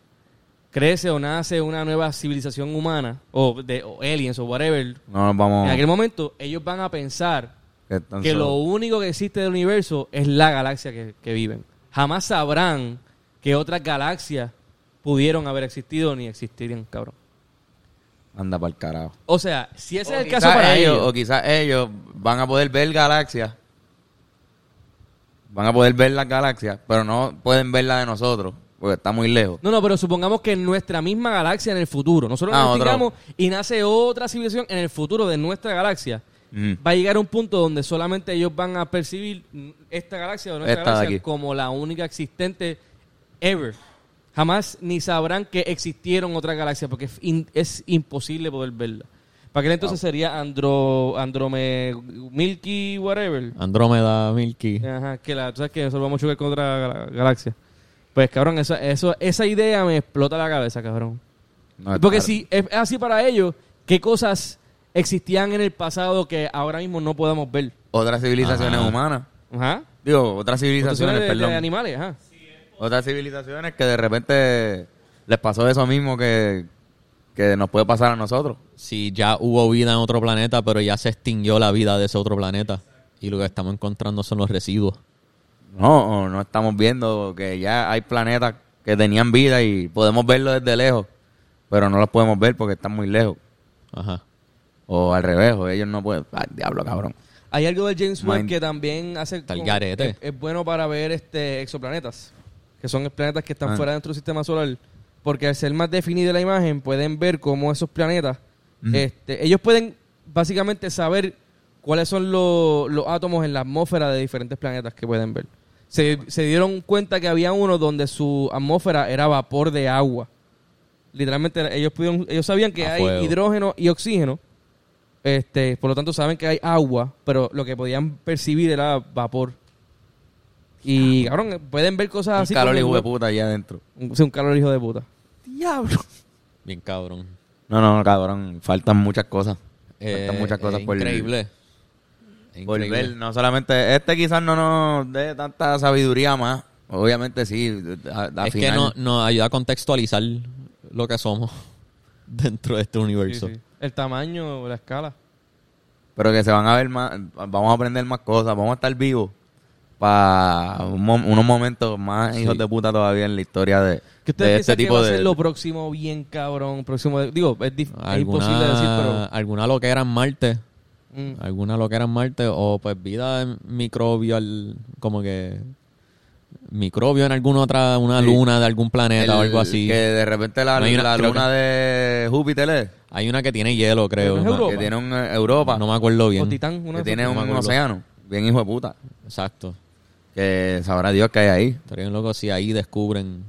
S3: crece o nace una nueva civilización humana, o, de, o aliens, o whatever,
S1: No nos vamos.
S3: en aquel momento ellos van a pensar
S1: que están
S3: que lo
S1: solos.
S3: único que existe del universo es la galaxia que, que viven. Jamás sabrán que otras galaxias pudieron haber existido ni existirían, cabrón.
S1: Anda para el carajo.
S3: O sea, si ese
S1: O
S3: es el
S1: quizá
S3: caso para ellos,
S1: O quizás Ah, ellos van a poder ver galaxias. Van a poder ver las galaxias, pero no pueden ver la de nosotros, porque está muy lejos.
S3: No, no, pero supongamos que nuestra misma galaxia en el futuro, nosotros
S1: Ah,
S3: nos
S1: otra.
S3: tiramos y nace otra civilización en el futuro de nuestra galaxia.
S1: Mm.
S3: Va a llegar un punto donde solamente ellos van a percibir mm, esta galaxia o nuestra
S1: Esta de
S3: galaxia
S1: aquí.
S3: como la única existente ever. Jamás ni sabrán que existieron otras galaxias porque es, in- es imposible poder verla. Para aquel entonces sería Andro, Androme, Milky, whatever.
S1: Ah,
S2: Andrómeda, Milky.
S3: Ajá, que la, tú sabes que nosotros vamos a chocar con otra gal- galaxia. Pues cabrón, eso, eso, esa idea me explota la cabeza, cabrón.
S1: No,
S3: Porque
S1: está-
S3: si es así para ellos, ¿qué cosas existían en el pasado que ahora mismo no podemos ver?
S1: Otras civilizaciones
S2: Ajá.
S1: humanas.
S3: Ajá.
S1: Digo, otras civilizaciones,
S3: Mutaciones de, de
S1: perdón.
S3: animales, ajá.
S1: otras civilizaciones que de repente les pasó eso mismo que, que nos puede pasar a nosotros.
S2: Si ya hubo vida en otro planeta, pero ya se extinguió la vida de ese otro planeta. Y lo que estamos encontrando son los residuos.
S1: No, o no estamos viendo que ya hay planetas que tenían vida y podemos verlo desde lejos, pero no los podemos ver porque están muy lejos.
S2: Ajá.
S1: O al revés, o ellos no pueden. Ay, diablo, cabrón.
S3: Hay algo de James Webb
S1: Mind-
S3: que también hace...
S2: Está el
S3: con-
S2: garete.
S3: Es, es bueno para ver este exoplanetas, que son planetas que están
S1: Ah.
S3: fuera de nuestro sistema solar, porque al ser más definida la imagen pueden ver cómo esos planetas... este, ellos pueden básicamente saber cuáles son lo- los átomos en la atmósfera de diferentes planetas que pueden ver. Se, se dieron cuenta que había uno donde su atmósfera era vapor de agua. Literalmente ellos pudieron, ellos sabían que
S2: A
S3: hay
S2: fuego.
S3: hidrógeno y oxígeno. Este, por lo tanto saben que hay agua, pero lo que podían percibir era vapor. Y cabrón, pueden ver cosas
S1: Un
S3: así.
S1: calor
S3: como-
S1: hijo de puta allá adentro.
S3: Un, sí, un calor hijo de puta.
S2: Bien cabrón.
S1: No, no, cabrón. Faltan muchas cosas.
S2: Eh,
S1: faltan muchas cosas
S2: es
S1: por
S2: increíble. Es
S1: por
S2: increíble.
S1: ver. No solamente. Este quizás no nos dé tanta sabiduría más. Obviamente sí. a- a final-
S2: es que no- nos ayuda a contextualizar lo que somos dentro de este universo.
S3: Sí, sí. El tamaño, la escala.
S1: pero que se van a ver más, vamos a aprender más cosas, vamos a estar vivos para un mo- unos momentos más hijos de puta todavía en la historia de,
S3: ¿Qué
S1: de
S3: ustedes
S1: este
S3: piensan que va
S1: tipo
S3: a ser
S1: de...
S3: lo próximo bien cabrón? Próximo de- digo, es, dif- es imposible decir,
S2: Alguna,
S3: pero...
S2: alguna loquera en Marte.
S3: Mm.
S2: Alguna loquera en Marte. O pues vida microbial, como que... Microbio en alguna otra... Una
S1: Sí.
S2: luna de algún planeta o
S1: el-
S2: algo así.
S1: Que de repente la,
S2: No hay una-
S1: la
S2: creo
S1: luna de Júpiter es,
S2: Hay una que tiene hielo, creo.
S3: ¿No es
S2: No-
S3: Europa?
S1: que tiene un eh, Europa,
S2: no me acuerdo
S3: O
S2: bien.
S3: Titán, una
S1: que
S3: de
S1: tiene
S3: esas.
S1: un,
S2: me acuerdo.
S1: océano, bien hijo de puta,
S2: Exacto.
S1: que sabrá Dios que hay ahí.
S2: Estaría bien loco si ahí descubren.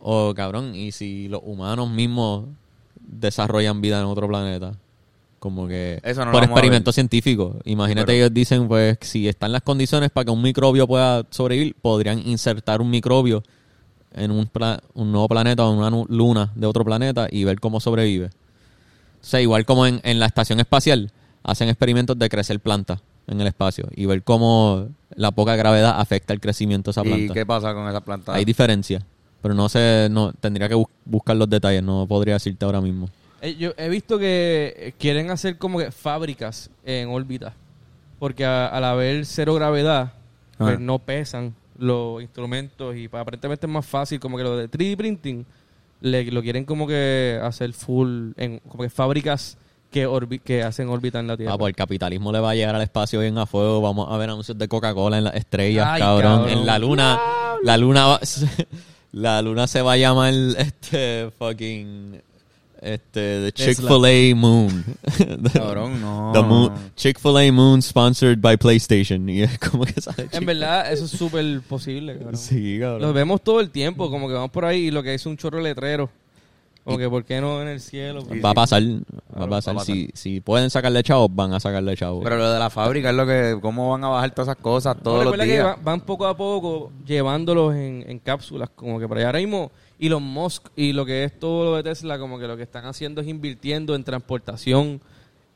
S2: Oh, cabrón, y si los humanos mismos desarrollan vida en otro planeta. Como que
S1: Eso no lo
S2: por
S1: vamos a
S2: experimentos
S1: ver.
S2: científicos. Imagínate, ellos dicen, pues, si están las condiciones para que un microbio pueda sobrevivir, podrían insertar un microbio en un, pla- un nuevo planeta o en una nu- luna de otro planeta y ver cómo sobrevive. O sea, igual como en, en la estación espacial, hacen experimentos de crecer plantas en el espacio y ver cómo la poca gravedad afecta el crecimiento de esa planta.
S1: ¿Y qué pasa con esa planta?
S2: Hay diferencias, pero no sé, no tendría que bus- buscar los detalles, no podría decirte ahora mismo.
S3: Eh, Yo he visto que eh, quieren hacer como que fábricas en órbita. Porque a- al haber cero gravedad, pues
S1: Ah.
S3: no pesan los instrumentos y pa- aparentemente es más fácil como que lo de 3D printing le, lo quieren como que hacer full en como que fábricas que, orbi- que hacen órbita en la Tierra.
S2: Ah, pues el capitalismo le va a llegar al espacio bien a fuego. Vamos a ver anuncios de Coca-Cola en las estrellas,
S3: Ay,
S2: cabrón.
S3: cabrón.
S2: En la luna, la luna va- la luna se va a llamar este fucking este the Chick-fil-A Moon.
S1: Cabrón, no.
S2: The moon, Chick-fil-A Moon sponsored by PlayStation. Y es como que sale
S3: en verdad, eso es súper posible.
S2: Chick-
S3: cabrón.
S2: Sí,
S3: Los
S2: cabrón.
S3: vemos todo el tiempo, como que vamos por ahí y lo que es un chorro de letrero. Como que, ¿por qué no en el cielo?
S2: Va a pasar, va a
S1: Claro,
S2: pasar.
S1: va a
S2: Si, si pueden sacarle chavos, van a sacarle chavos.
S1: Pero lo de la fábrica es lo que, cómo van a bajar todas esas cosas todos
S3: No,
S1: los
S3: recuerda que
S1: días.
S3: van, van poco a poco llevándolos en, en cápsulas, como que por allá ahora mismo Elon Musk y lo que es todo lo de Tesla, como que lo que están haciendo es invirtiendo en transportación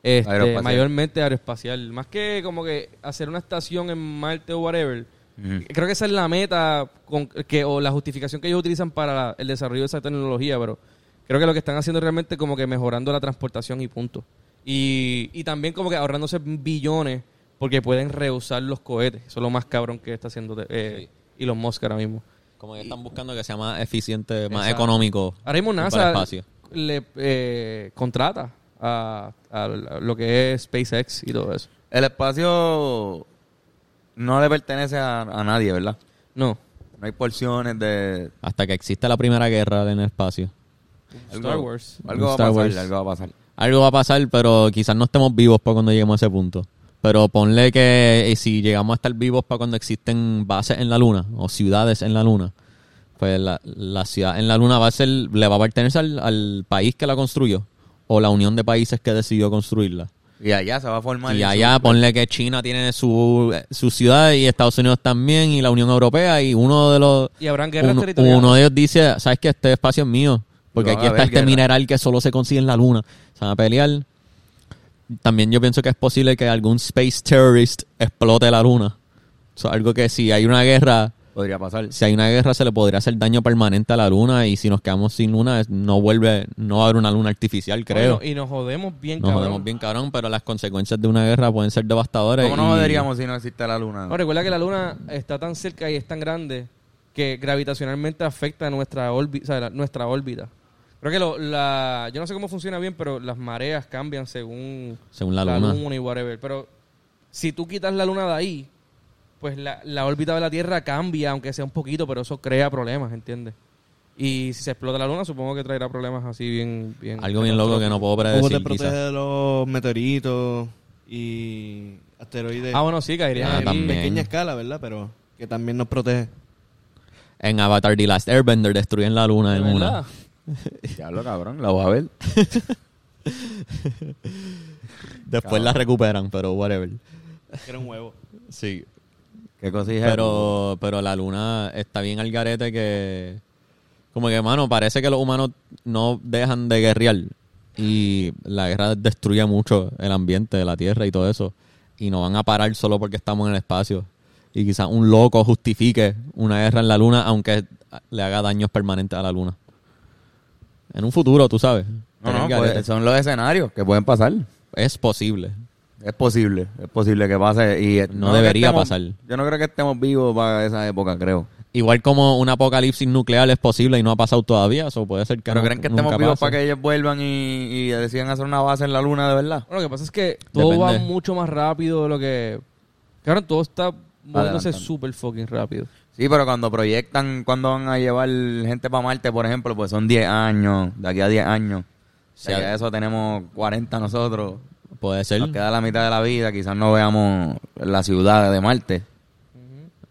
S3: este,
S1: Aeroespacial.
S3: mayormente aeroespacial. Más que como que hacer una estación en Marte o whatever.
S1: Ujú.
S3: Creo que esa es la meta con, que, o la justificación que ellos utilizan para la- el desarrollo de esa tecnología, pero creo que lo que están haciendo es realmente como que mejorando la transportación y punto. Y, y también como que ahorrándose billones porque pueden reusar los cohetes. Eso es lo más cabrón que está haciendo eh, Elon Musk ahora mismo.
S2: Como que están buscando que sea más eficiente, más
S3: Exacto.
S2: económico.
S3: Ahora mismo
S2: para el
S3: NASA
S2: espacio.
S3: le eh, contrata a, a lo que es SpaceX y todo eso.
S1: El espacio no le pertenece a, a nadie, ¿verdad?
S3: No.
S1: No hay porciones de...
S2: Hasta que exista la primera guerra en el espacio.
S3: Star Wars.
S1: Algo va a
S2: Star
S1: pasar,
S2: Wars.
S1: algo va a pasar.
S2: Algo va a pasar, pero quizás no estemos vivos para cuando lleguemos a ese punto. Pero ponle que eh, si llegamos a estar vivos para cuando existen bases en la luna o ciudades en la luna, pues la, la ciudad en la luna va a ser, le va a pertenecer al, al país que la construyó o la unión de países que decidió construirla.
S1: Y allá se va a formar...
S2: Y
S1: el-
S2: allá ponle que China tiene su, eh, su ciudad y Estados Unidos también y la Unión Europea y uno de los...
S3: Y habrán guerras
S2: uno,
S3: territoriales.
S2: uno de ellos dice, sabes que este espacio es mío, porque
S1: No va
S2: aquí
S1: a
S2: está
S1: haber
S2: este
S1: guerra".
S2: mineral que solo se consigue en la luna. Se van a pelear. También yo pienso que es posible que algún space terrorist explote la luna. Eso es algo que si hay una guerra,
S1: Podría pasar.
S2: si hay una guerra se le podría hacer daño permanente a la luna y si nos quedamos sin luna es- no vuelve, no va a haber una luna artificial, creo.
S3: Bueno, y nos jodemos bien,
S2: Nos
S3: cabrón.
S2: jodemos bien cabrón, pero las consecuencias de una guerra pueden ser devastadoras.
S1: ¿Cómo no
S2: y-
S1: veríamos si no existe la luna?
S3: No, recuerda que la luna está tan cerca y es tan grande que gravitacionalmente afecta nuestra órbita, nuestra órbita. Creo que lo- la, yo no sé cómo funciona bien, pero las mareas cambian según,
S2: Según la luna.
S3: y whatever. Pero si tú quitas la luna de ahí, pues la, la órbita de la Tierra cambia, aunque sea un poquito, pero eso crea problemas, ¿entiendes? Y si se explota la luna, supongo que traerá problemas así bien... bien
S2: Algo bien loco que no puedo
S5: ¿Cómo te
S2: predecir,
S5: protege
S2: quizás.
S5: de los meteoritos y asteroides?
S3: Ah, bueno, sí, caería.
S2: Ah,
S5: en
S2: también.
S5: pequeña escala, ¿verdad? Pero que también nos protege.
S2: En Avatar The Last Airbender destruyen la luna
S3: ¿De
S2: en
S3: verdad?
S2: una.
S1: Diablo, cabrón, la voy a ver.
S2: Después la recuperan, pero whatever.
S5: Que era un huevo.
S2: Sí.
S1: ¿Qué cosa dije?
S2: Pero, pero la luna está bien al garete que... Como que, mano, parece que los humanos no dejan de guerrear. Y la guerra destruye mucho el ambiente, la tierra y todo eso. Y no van a parar solo porque estamos en el espacio. Y quizás un loco justifique una guerra en la luna, aunque le haga daños permanentes a la luna. En un futuro, tú sabes.
S1: No,
S2: Está
S1: no,
S2: al garete.
S1: pues, son los escenarios que pueden pasar.
S2: Es posible.
S1: Es posible, es posible que pase y eh, creo
S2: No
S1: que
S2: debería
S1: estemos-
S2: pasar.
S1: Yo no creo que estemos vivos para esa época, creo.
S2: Igual como un apocalipsis nuclear es posible y no ha pasado todavía, eso puede ser que
S1: Pero
S2: no-
S1: creen que estemos
S2: nunca
S1: vivos
S2: pase.
S1: para que ellos vuelvan y, y decidan hacer una base en la luna de verdad.
S3: Bueno, lo que pasa es que todo va
S2: Depende.
S3: mucho más rápido de lo que. Claro, todo está moviéndose
S1: Adelantando.
S3: súper fucking rápido.
S1: Sí, pero cuando proyectan, cuando van a llevar gente para Marte, por ejemplo, pues son 10 años, de aquí a 10 años.
S2: Sí,
S1: Si
S2: a-
S1: a eso tenemos 40 nosotros.
S2: Puede ser,
S1: Nos queda la mitad de la vida, quizás no veamos la ciudad de Marte.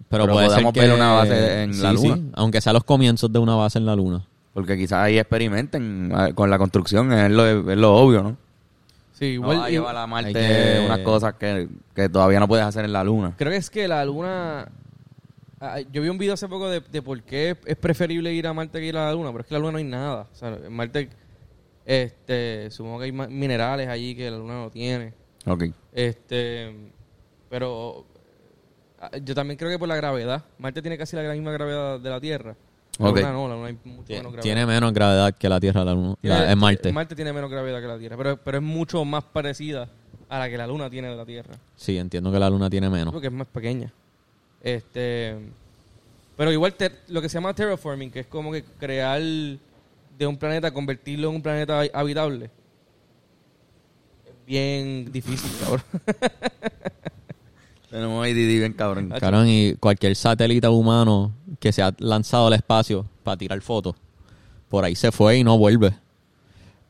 S2: pero,
S1: pero
S2: puede ser
S1: podemos
S2: que...
S1: ver una base en la
S2: Sí, sí,
S1: luna.
S2: aunque sea los comienzos de una base en la luna.
S1: Porque quizás ahí experimenten ah, con la construcción, es lo, es lo obvio, ¿no?
S3: Sí,
S1: No
S3: igual.
S1: vas a
S3: igual-
S1: llevar a Marte
S2: hay que-
S1: unas cosas que, que todavía no puedes hacer en la luna.
S3: Creo que es que la luna. ah, Yo vi un video hace poco de, de por qué es preferible ir a Marte que ir a la luna, pero es que en la luna no hay nada. O sea, en Marte, este, supongo que hay ma- minerales allí que la luna no tiene.
S1: Ok.
S3: Este, pero ah, yo también creo que por la gravedad. Marte tiene casi la misma gravedad de la Tierra. La
S1: Ok.
S3: luna no, la luna hay mucho menos gravedad.
S2: Tiene menos gravedad que la Tierra, la luna,
S3: Tiene-
S2: la- en Marte.
S3: Eh, Marte tiene menos gravedad que la Tierra, pero, pero es mucho más parecida a la que la Luna tiene de la Tierra.
S2: Sí, entiendo que la luna tiene menos.
S3: Porque es más pequeña. Este. Pero igual ter- lo que se llama terraforming, que es como que crear de un planeta, convertirlo en un planeta ha- habitable. Es bien difícil, cabrón.
S1: Tenemos ahí Didi bien cabrón.
S2: Cabrón, y cualquier satélite humano que se ha lanzado al espacio para tirar fotos, por ahí se fue y no vuelve.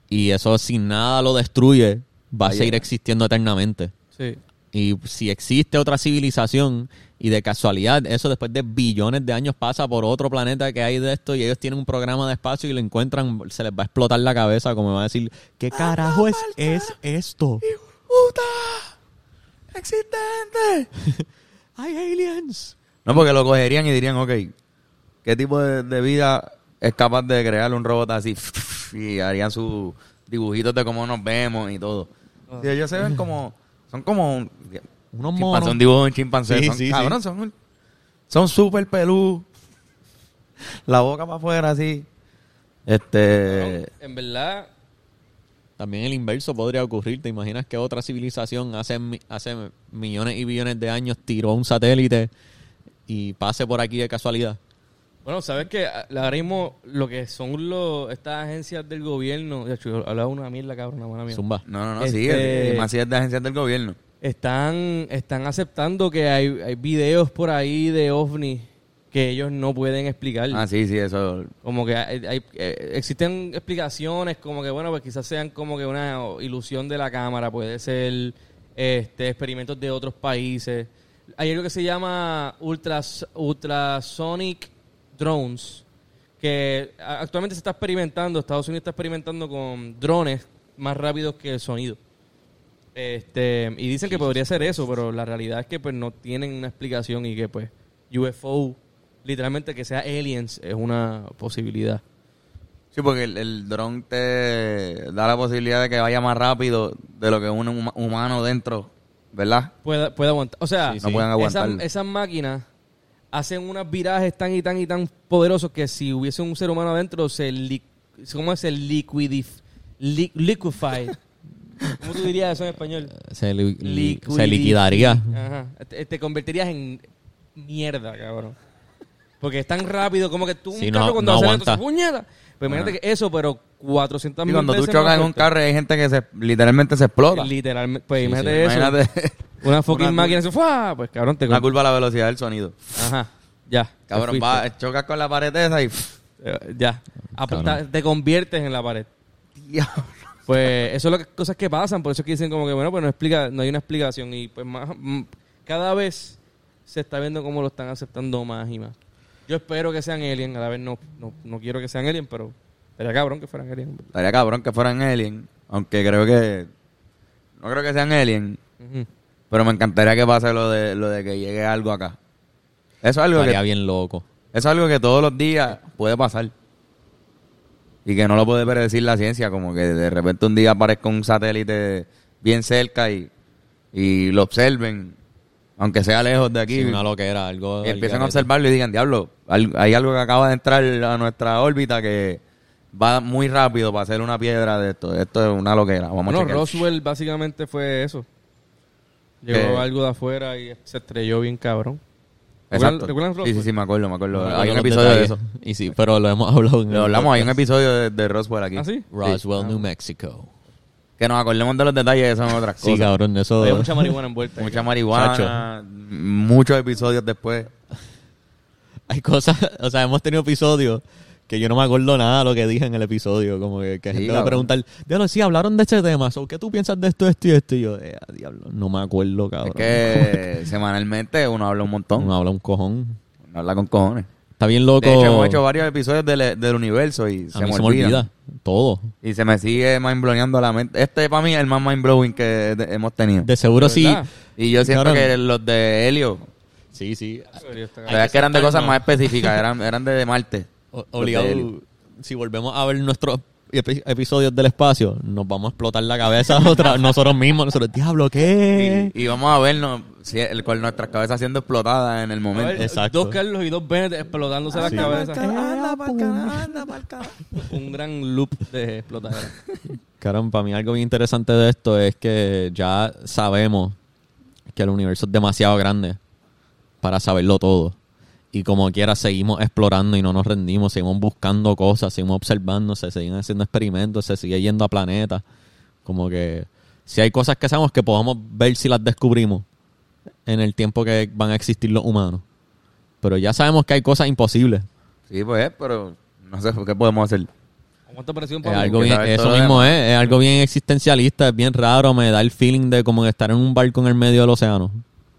S2: Y eso, si nada lo destruye, va a
S1: Ahí
S2: seguir
S1: es.
S2: existiendo eternamente.
S3: Sí.
S2: Y si existe otra civilización y de casualidad, eso después de billones de años pasa por otro planeta que hay de esto y ellos tienen un programa de espacio y lo encuentran, se les va a explotar la cabeza como va a decir, ¿qué carajo es, es esto?
S1: ¡Existe
S2: Hay aliens.
S1: No, porque lo cogerían y dirían, ok, ¿qué tipo de, de vida es capaz de crear un robot así? Y harían sus dibujitos de cómo nos vemos y todo. Y ellos se ven como, son como un,
S2: Unos
S1: chimpancé,
S2: monos.
S1: un dibujo de un chimpancé.
S4: Sí,
S1: son,
S4: sí,
S1: cabrón, son un- son súper pelú. La boca para afuera así.
S2: Eh.
S1: Este...
S3: en verdad,
S2: También el inverso podría ocurrir. ¿Te imaginas que otra civilización hace, mi- hace millones y billones de años tiró un satélite y pase por aquí de casualidad?
S3: Bueno, sabes que ahora mismo lo que son los estas agencias del gobierno, de hecho, hablaba una mierda, cabrón, una mala mía.
S2: Zumba.
S1: No, no, no,
S3: Este-
S1: sí, el- el Macías es de agencias del gobierno.
S3: Están, están aceptando que hay, hay videos por ahí de ovnis que ellos no pueden explicar.
S1: Ah, sí, sí, eso.
S3: Como que hay- hay- eh, existen explicaciones como que, bueno, pues quizás sean como que una ilusión de la cámara, puede ser este, experimentos de otros países. Hay algo que se llama ultras, ultrasonic drones, que a- actualmente se está experimentando, Estados Unidos está experimentando con drones más rápidos que el sonido. Este, y dicen que podría ser eso, pero la realidad es que pues no tienen una explicación y que pues UFO, literalmente que sea aliens, es una posibilidad.
S1: Sí, porque el, el dron te da la posibilidad de que vaya más rápido de lo que un huma- humano dentro, ¿verdad?
S3: Puede, puede aguantar. O sea,
S1: Sí, sí. No pueden
S3: esas,
S1: aguantarlo.
S3: esas máquinas hacen unos virajes tan y tan y tan poderosos que si hubiese un ser humano adentro, se, li- ¿cómo es? se liquidif- li- liquefy. ¿Cómo tú dirías eso en español?
S2: Se, li- li-
S3: Liquidi-
S2: se liquidaría.
S3: Ajá. Te, eh, te convertirías en mierda, cabrón. Porque es tan rápido como que tú un
S2: Sí, no-
S3: carro cuando
S2: no
S3: vas a
S2: aguanta.
S3: entonces, puñeta. Pues imagínate que eso, pero 400
S1: Y
S3: mil
S1: cuando tú
S3: veces más
S1: chocas en un
S3: fuerte.
S1: carro hay gente que se, literalmente se explota.
S3: Literalmente. Pues
S2: Sí,
S3: imagínate
S2: sí.
S3: eso.
S1: Imagínate
S3: Una fucking
S1: Una-
S3: máquina. así, ¡fua! Pues cabrón, te
S1: una
S3: con-
S1: curva a la velocidad del sonido.
S3: Ajá. Ya. te
S1: Cabrón,
S3: fuiste.
S1: va, eh. chocas con la pared esa y... pff,
S3: Eh, Ya. Apunta-
S2: Cabrón.
S3: Te conviertes en la pared.
S1: diablo.
S3: Pues eso es lo que, cosas que pasan, por eso es que dicen como que bueno, pues no explica, no hay una explicación y pues más mm, cada vez se está viendo cómo lo están aceptando más y más. Yo espero que sean alien, a la vez no no, no quiero que sean alien, pero sería cabrón que fueran alien.
S1: Estaría cabrón que fueran alien, aunque creo que... No creo que sean alien,
S3: Ujú.
S1: pero me encantaría que pase lo de, lo de que llegue algo acá. Eso es algo que
S2: Estaría bien loco.
S1: Eso es algo que todos los días puede pasar. Y que no lo puede predecir la ciencia, como que de repente un día aparezca un satélite bien cerca y, y lo observen, aunque sea lejos de aquí,
S2: Sí, una loquera, algo.
S1: y empiecen
S2: algo-
S1: a observarlo y digan, diablo, al- hay algo que acaba de entrar a nuestra órbita que va muy rápido para hacer una piedra de esto. Esto es una loquera, vamos a
S3: Bueno,
S1: chequear.
S3: Roswell básicamente fue eso. Llegó
S1: Que-
S3: algo de afuera y se estrelló bien cabrón.
S1: Exacto.
S3: ¿Recuerdan
S1: Sí, sí,
S3: Roswell?
S1: sí, me acuerdo, me acuerdo.
S2: No
S1: hay
S2: recuerdo
S1: un
S2: los
S1: episodio de
S2: detalles.
S1: eso.
S2: Y sí, pero lo hemos hablado en el
S1: Lo hablamos, hay un
S2: podcast.
S1: episodio de, de Roswell aquí.
S3: ¿Ah, sí?
S2: Roswell, New Mexico.
S1: Que nos acordemos de los detalles, esas son otras
S2: Sí,
S1: cosas.
S2: cabrón, eso...
S3: Había mucha marihuana envuelta.
S1: Mucha marihuana, muchos episodios después.
S2: Hay cosas, o sea, hemos tenido episodios que yo no me acuerdo nada de lo que dije en el episodio. Como que, que
S1: Sí,
S2: gente va a
S1: cabrón.
S2: preguntar, diablo, sí, hablaron de este tema. So, ¿Qué tú piensas de esto, esto y esto? Y yo, "Eh, diablo, no me acuerdo, cabrón.
S1: Es que semanalmente uno habla un montón,
S2: Uno
S1: uno
S2: habla un cojón.
S1: habla con cojones.
S2: Está bien loco.
S1: De hecho, hemos hecho varios episodios del, del universo y
S2: a
S1: se
S2: mí
S1: me,
S2: se me
S1: olvidan.
S2: olvida todo.
S1: Y se me sigue mindbloneando la mente. Este para mí es el más mindblowing que de- hemos tenido.
S2: De seguro
S3: ¿De
S2: sí.
S3: verdad?
S1: Y yo siento
S2: Cabrón.
S1: que los de Helio,
S2: Sí, sí.
S1: la verdad es que eran de cosas más específicas, eran, eran de, de Marte.
S2: O-
S1: Los de
S2: Obligado.
S1: Helio.
S2: Si volvemos a ver nuestros epi- episodios del espacio, nos vamos a explotar la cabeza otra, nosotros mismos. Nosotros, diablo,
S3: Eh.
S2: ¿qué?
S1: Y, y vamos a vernos si- el- con nuestras cabezas siendo explotadas en el
S3: A ver,
S1: momento.
S2: Exacto.
S3: Dos Carlos y dos Bennett explotándose
S1: Ah,
S3: la cabeza. Un gran loop de explotadera.
S2: Caramba, para mí algo bien interesante de esto es que ya sabemos que el universo es demasiado grande para saberlo todo. Y como quiera, seguimos explorando y no nos rendimos, seguimos buscando cosas, seguimos observando, se siguen haciendo experimentos, se sigue yendo a planetas. Como que si hay cosas que sabemos que podamos ver si las descubrimos en el tiempo que van a existir los humanos. Pero ya sabemos que hay cosas imposibles.
S1: Sí, pues, pero no sé qué podemos hacer.
S3: ¿Cuánta presión
S2: Es
S3: para
S2: algo
S1: que
S2: bien,
S1: saber
S2: eso
S1: todo lo
S2: mismo es, es algo bien existencialista, es bien raro, me da el feeling de como que estar en un barco en el medio del océano.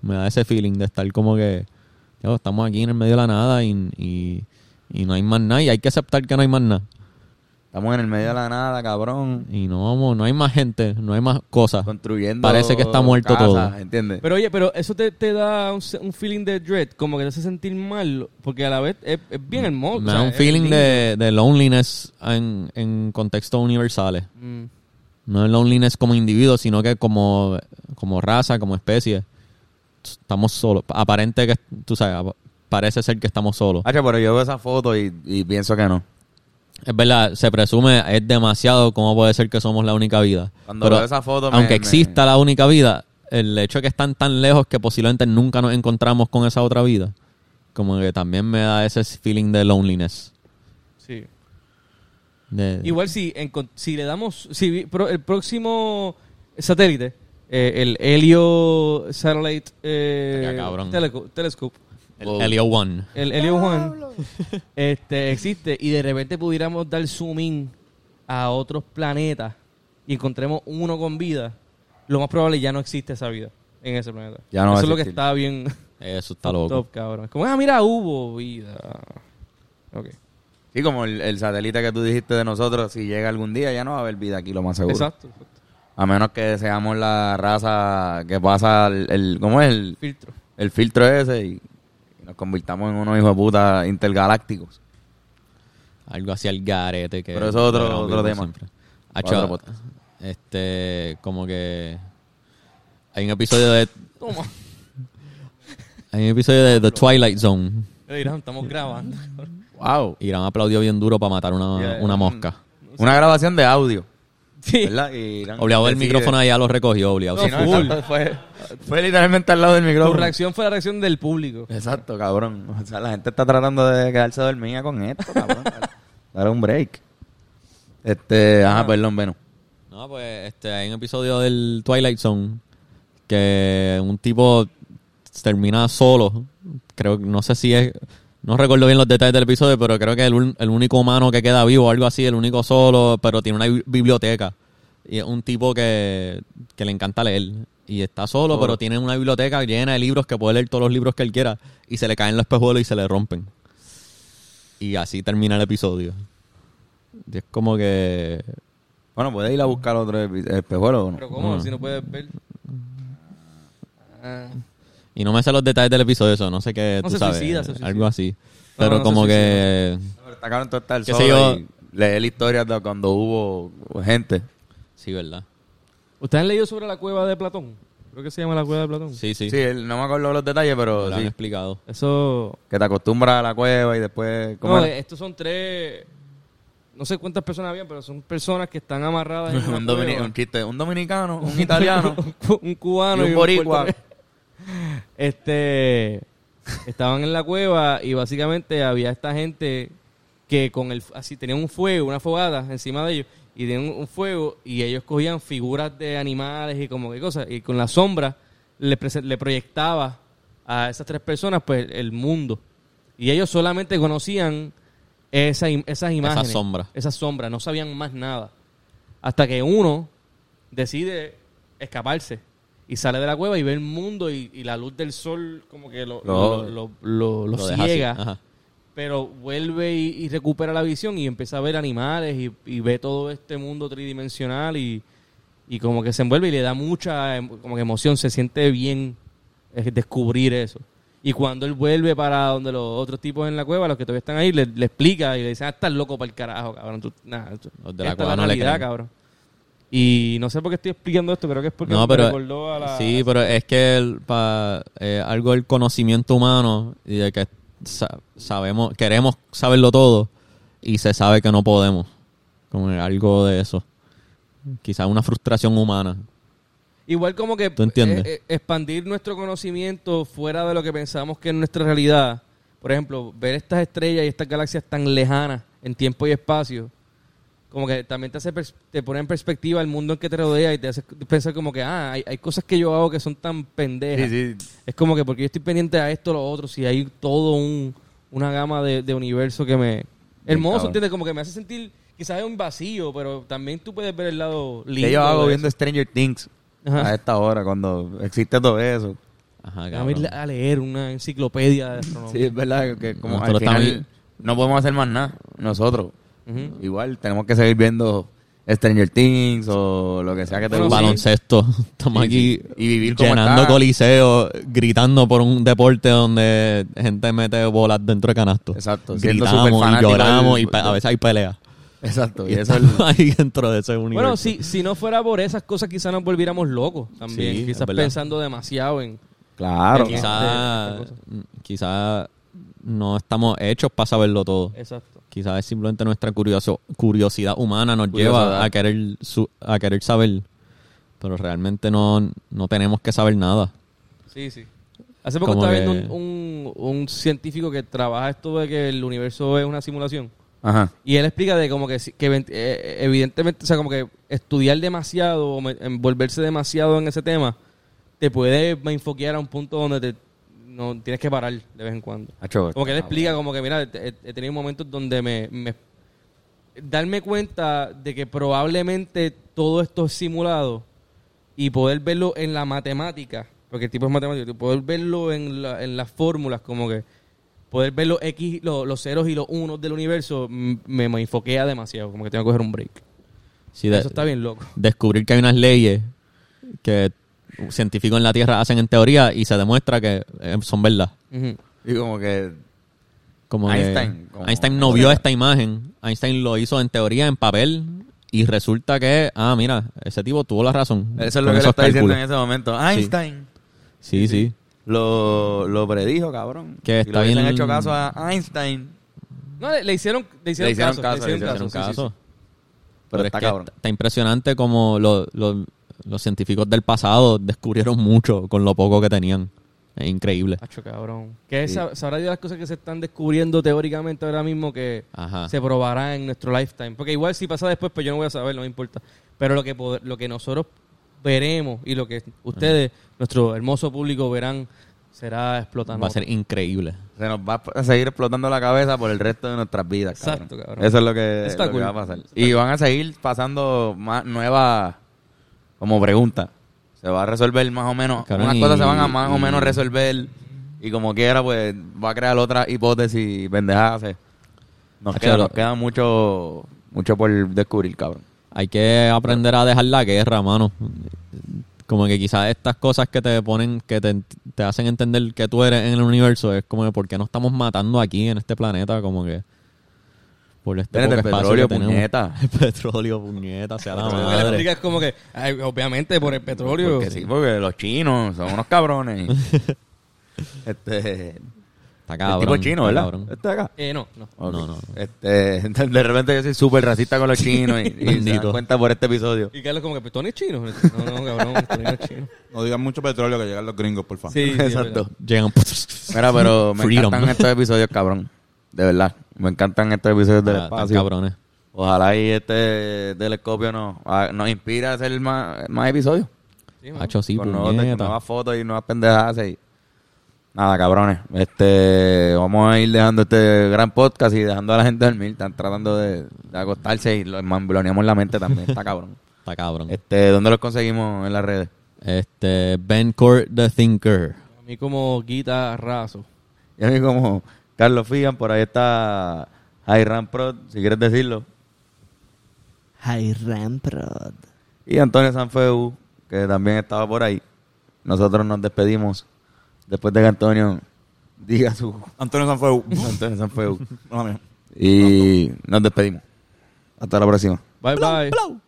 S2: Me da ese feeling de estar como que "Diablo, estamos aquí en el medio de la nada y, y- y no hay más nada y hay que aceptar que no hay más nada.
S1: Estamos en el medio de la nada, cabrón.
S2: Y no vamos, no hay más gente, no hay más cosas.
S1: Construyendo.
S2: Parece que está muerto todo.
S1: ¿Entiendes?
S3: Pero oye, pero eso te, te da un, se- un feeling de dread, como que te hace sentir mal, porque a la vez es, es bien hermoso.
S2: Me
S3: o sea,
S2: da un
S3: es
S2: feeling
S3: lindo.
S2: de, de loneliness en, en contextos universales.
S3: Mm.
S2: No el loneliness como individuo, sino que como, como raza, como especie. Estamos solos. Aparente que, tú sabes, ap- parece ser que estamos solos.
S1: Hacho, pero yo veo esa foto y, y pienso que no.
S2: Es verdad, se presume, es demasiado cómo puede ser que somos la única vida.
S1: Cuando veo esa foto me-
S2: aunque
S1: me-
S2: exista la única vida, el hecho de que están tan lejos que posiblemente nunca nos encontramos con esa otra vida, como que también me da ese feeling de loneliness.
S3: Sí.
S2: De-
S3: Igual si, encon- si le damos, si vi- pro- el próximo satélite, eh, el Helio Satellite eh,
S2: Estaría cabrón.
S3: Teleco- Telescope,
S2: el Helio One.
S3: el Helio One, este, existe y de repente pudiéramos dar zoom in a otros planetas y encontremos uno con vida, lo más probable ya no existe esa vida en ese planeta.
S1: Ya no va
S3: Eso
S1: a
S3: es lo que
S1: existir.
S3: está bien
S2: Eso está loco.
S3: top, cabrón. Es Como, ah, mira, hubo vida. Ok.
S1: Sí, como el, el satélite que tú dijiste de nosotros, si llega algún día ya no va a haber vida aquí, lo más seguro.
S3: Exacto, exacto.
S1: A menos que seamos la raza que pasa el, el- ¿cómo es? El,
S3: Filtro.
S1: el filtro ese y, y nos convirtamos en unos hijos de puta intergalácticos.
S2: Algo hacia el garete. Que
S1: Pero eso es otro-
S2: que hablamos
S1: otro
S2: de
S1: tema.
S2: Hacho,
S1: Otro podcast.
S2: este, como que hay un episodio de
S3: Toma.
S2: hay un episodio de The Twilight Zone.
S3: Ey, Irán, estamos grabando. cabrón.
S1: ¡Wow!
S2: Irán aplaudió bien duro para matar una,
S1: Yeah.
S2: una mosca.
S1: Una grabación de audio,
S3: Sí.
S1: ¿verdad? Y Irán
S2: Obligado el
S1: decide-
S2: micrófono allá lo recogió, obligado.
S1: Sí, no, exacto, fue, fue literalmente al lado del
S3: Tu
S1: micrófono.
S3: reacción fue la reacción del público.
S1: Exacto, cabrón. O sea, la gente está tratando de quedarse dormida con esto, cabrón. Dar un break. Este, ajá, perdón, bueno.
S2: No, pues este, hay un episodio del Twilight Zone que un tipo termina solo. Creo, no sé si es. No recuerdo bien los detalles del episodio, pero creo que el, un- el único humano que queda vivo o algo así, el único solo, pero tiene una bi- biblioteca. Y es un tipo que, que le encanta leer. Y está solo,
S1: Solo.
S2: pero tiene una biblioteca llena de libros que puede leer todos los libros que él quiera. Y se le caen los espejuelos y se le rompen. Y así termina el episodio. Y es como que
S1: Bueno, puedes ir a buscar otro epi- espejuelo o no.
S3: Pero ¿cómo?
S2: No.
S3: Si no puedes ver. Ah,
S2: Y no me sé los detalles del episodio, eso, no sé qué,
S3: No
S2: tú
S3: se
S2: sabes,
S3: suicida, se suicida.
S2: algo así.
S3: No,
S2: Pero
S3: no se
S2: como que...
S1: Pero Está cabrón todo estar
S2: Qué
S1: solo
S2: sé yo.
S1: y leer historias de cuando hubo gente.
S2: Sí, ¿verdad?
S3: ¿Ustedes han leído sobre la cueva de Platón? Creo que se llama la cueva de Platón.
S2: Sí, sí,
S1: Sí, él- no me acuerdo los detalles,
S2: lo
S1: pero
S2: han
S1: sí.
S2: explicado.
S3: Eso.
S1: Que te acostumbras a la cueva y después... ¿cómo
S3: no, eh,
S1: era?
S3: estos son tres. no sé cuántas personas habían, pero son personas que están amarradas en una
S1: un, domini-
S3: cueva.
S1: un chiste, un dominicano, un italiano
S3: eh, un, cu- un
S1: y
S3: cubano
S1: un boricua.
S3: puertorriqueño. Este estaban en la cueva y básicamente había esta gente que con el así tenían un fuego, una fogata encima de ellos y tenían un fuego y ellos cogían figuras de animales y como que cosas y con la sombra le, prese- le proyectaba a esas tres personas pues el mundo y ellos solamente conocían esa im- esas imágenes,
S2: sombra.
S3: esas sombras, no sabían más nada hasta que uno decide escaparse y sale de la cueva y ve el mundo y, y la luz del sol como que lo,
S1: Lo-
S3: lo, lo- lo- lo
S2: Lo deja así,
S3: ciega,
S2: ajá.
S3: pero vuelve y, y recupera la visión y empieza a ver animales y, y ve todo este mundo tridimensional y, y como que se envuelve y le da mucha em- como que emoción, se siente bien eh, descubrir eso. Y cuando él vuelve para donde los otros tipos en la cueva, los que todavía están ahí, le, le explica y le dice, ah, estás loco para el carajo, cabrón. Tú, nah, tú-
S2: Los de la
S3: esta es
S2: cueva no le creen.
S3: cabrón. Y no sé por qué estoy explicando esto, creo que es porque
S2: No,
S3: me
S2: pero,
S3: recordó a la...
S2: Sí, pero es que el- pa- eh, algo del conocimiento humano y de que sa- sabemos, queremos saberlo todo y se sabe que no podemos. Como que algo de eso. Quizás una frustración humana.
S3: Igual como que
S2: ¿Tú entiendes?
S3: eh, eh, expandir nuestro conocimiento fuera de lo que pensamos que es nuestra realidad. Por ejemplo, ver estas estrellas y estas galaxias tan lejanas en tiempo y espacio, como que también te hace pers- te pone en perspectiva el mundo en que te rodea y te hace pensar como que, ah, hay, hay cosas que yo hago que son tan pendejas.
S1: Sí, sí.
S3: Es como que porque yo estoy pendiente a esto, lo otro, si hay todo un, una gama de, de universo que me... Hermoso,
S1: cabrón.
S3: ¿entiendes? Como que me hace sentir quizás es un vacío, pero también tú puedes ver el lado lindo.
S1: Que yo hago
S3: de
S1: viendo
S3: eso.
S1: Stranger Things
S3: Ajá.
S1: a esta hora cuando existe todo eso.
S2: Ajá,
S3: Déjame
S2: Ah, cabrón.
S3: ir a leer una enciclopedia de astronomía.
S1: Sí, es verdad que como al
S2: Nosotros
S1: final
S2: estamos-
S1: no podemos hacer más nada nosotros.
S3: Ujú.
S1: Igual tenemos que seguir viendo Stranger Things o lo que sea que te
S3: Bueno,
S1: guste.
S2: Baloncesto. Estamos
S1: Sí,
S2: aquí
S1: sí. Y vivir como
S2: llenando
S1: está.
S2: coliseos, gritando por un deporte donde gente mete bolas dentro de canastos.
S1: Exacto, siendo
S2: Gritamos y
S1: superfanático
S2: lloramos
S1: del-
S2: y pe- a veces hay peleas.
S1: Exacto, y
S2: Y
S1: eso es
S2: estamos ahí dentro de ese universo.
S3: Bueno, si, si no fuera por esas cosas, quizás nos volviéramos locos también.
S2: Sí, es
S3: quizás
S2: verdad.
S3: pensando demasiado en.
S1: claro.
S3: Quizá-
S2: Quizás
S3: Este, esta
S2: no estamos hechos para saberlo todo.
S3: Exacto.
S2: Quizás es simplemente nuestra curioso- curiosidad humana nos
S1: Curiosidad.
S2: lleva a querer su- a querer saber, pero realmente no, no tenemos que saber nada.
S3: Sí, sí. Hace poco
S2: Como
S3: estaba
S2: que-
S3: viendo un, un, un científico que trabaja esto de que el universo es una simulación.
S1: Ajá.
S3: Y él explica de como que, si- que ven- eh, evidentemente, o sea, como que estudiar demasiado o me- envolverse demasiado en ese tema te puede enfoquear a un punto donde te no tienes que parar de vez en cuando.
S1: Acho,
S3: Como que él explica, como que mira, he, he tenido momentos donde me, me- Darme cuenta de que probablemente todo esto es simulado y poder verlo en la matemática, porque el tipo es matemático, poder verlo en, la- en las fórmulas, como que poder ver los X, lo- los ceros y los unos del universo, m- me, me enfoquea demasiado, como que tengo que coger un break.
S2: Si de-
S3: Eso está bien loco.
S2: Descubrir que hay unas leyes que científicos en la Tierra hacen en teoría y se demuestra que eh, son verdad.
S3: Ujú.
S1: Y como que
S2: Como que
S1: Einstein, como-
S2: Einstein no vio esta imagen. Einstein lo hizo en teoría, en papel, y resulta que, ah, mira, ese tipo tuvo la razón.
S1: eso es
S2: con
S1: lo que le
S2: esos
S1: está diciendo
S2: cálculos.
S1: en ese momento. Einstein
S2: Sí, sí.
S1: lo, lo predijo, cabrón.
S2: Que
S1: y
S2: está
S1: le hubiesen
S2: bien-
S1: hecho caso a Einstein.
S3: No, le, le hicieron, le hicieron,
S1: Le hicieron
S3: caso,
S1: caso,
S3: le
S1: le
S3: hicieron
S1: hicieron
S3: caso, sí, sí,
S2: caso.
S1: Pero,
S2: Pero es
S1: está
S2: que
S1: cabrón.
S2: está- está impresionante como lo- lo- los científicos del pasado descubrieron mucho con lo poco que tenían. Es increíble.
S3: sí. Acho, cabrón. Que esa, sabrá Dios las cosas que se están descubriendo teóricamente ahora mismo que
S2: Ajá.
S3: se probará en nuestro lifetime. Porque igual si pasa después, pues yo no voy a saber, no me importa. Pero lo que, pod- lo que nosotros veremos y lo que ustedes, nuestro hermoso público, verán, será explotando.
S2: Va a ser increíble.
S1: Se nos va a seguir explotando la cabeza por el resto de nuestras vidas. cabrón.
S3: Exacto, cabrón.
S1: Eso es lo que,
S3: Eso está
S1: lo que
S3: cool.
S1: va a pasar. Y van a seguir pasando más nuevas como preguntas. Se va a resolver más o menos.
S2: Cabrón,
S1: unas
S2: y-
S1: cosas se van a más o
S2: y-
S1: menos resolver. Y como quiera, pues va a crear otra hipótesis y pendejadas. eh. Nos,
S2: Hacho,
S1: queda,
S2: lo-
S1: nos queda mucho, mucho por descubrir, cabrón.
S2: Hay que aprender a dejar la guerra, mano. Como que quizás estas cosas que te ponen, que te, te hacen entender que tú eres en el universo, es como que por qué no estamos matando aquí en este planeta, como que por este
S1: Espérate,
S2: poco
S1: petróleo,
S2: espacio que tenemos.
S1: puñeta.
S2: petróleo, puñeta, sea la
S3: Como que la
S2: Ah, madre.
S3: política es como que, ay, obviamente, por el petróleo.
S1: Porque sí, porque los chinos son unos cabrones. este,
S2: Está cabrón.
S1: el tipo es chino,
S2: está
S1: ¿verdad?
S2: cabrón.
S1: Está acá.
S3: Eh, no, no.
S1: Ok.
S2: No, no, no.
S1: Este, de repente yo soy súper racista con los chinos y, y se dan
S2: Bendito.
S1: cuenta por este episodio.
S3: Y Carlos como que, pues, Tony es chino. No, no, cabrón, Tony no es chino.
S4: No digan mucho petróleo que llegan los gringos, por favor.
S3: Sí, sí, es verdad.
S1: Exacto.
S2: Llegan.
S1: Mira, pero me
S2: Freedom.
S1: encantan estos episodios, cabrón. De verdad. Me encantan estos episodios del
S2: Ah, tan
S1: espacio.
S2: cabrones.
S1: Ojalá y este telescopio nos, a- nos inspira a hacer más, más episodios.
S3: Sí, mano.
S2: Hacho, sí, pues,
S1: con, nuevos-
S2: puñeta.
S1: con nuevas fotos y nuevas pendejadas. y- Nada, cabrones. Este, vamos a ir dejando este gran podcast y dejando a la gente dormir. Están tratando de, de acostarse y los mambloneamos la mente también. Está cabrón.
S2: Está cabrón.
S1: Este, ¿dónde los conseguimos en las redes?
S2: Este, Ben Court the Thinker.
S3: A mí como guitarrazo.
S1: Y a mí como Carlos Figan, por ahí está Jairam Prod, si quieres decirlo.
S6: Jairam Prod.
S1: Y Antonio Sanfeu, que también estaba por ahí. Nosotros nos despedimos después de que Antonio diga su...
S4: Antonio Sanfeu.
S1: Antonio Sanfeu.
S4: No, mira.
S1: Y nos despedimos. Hasta la próxima.
S3: Bye, bye.
S2: Blow.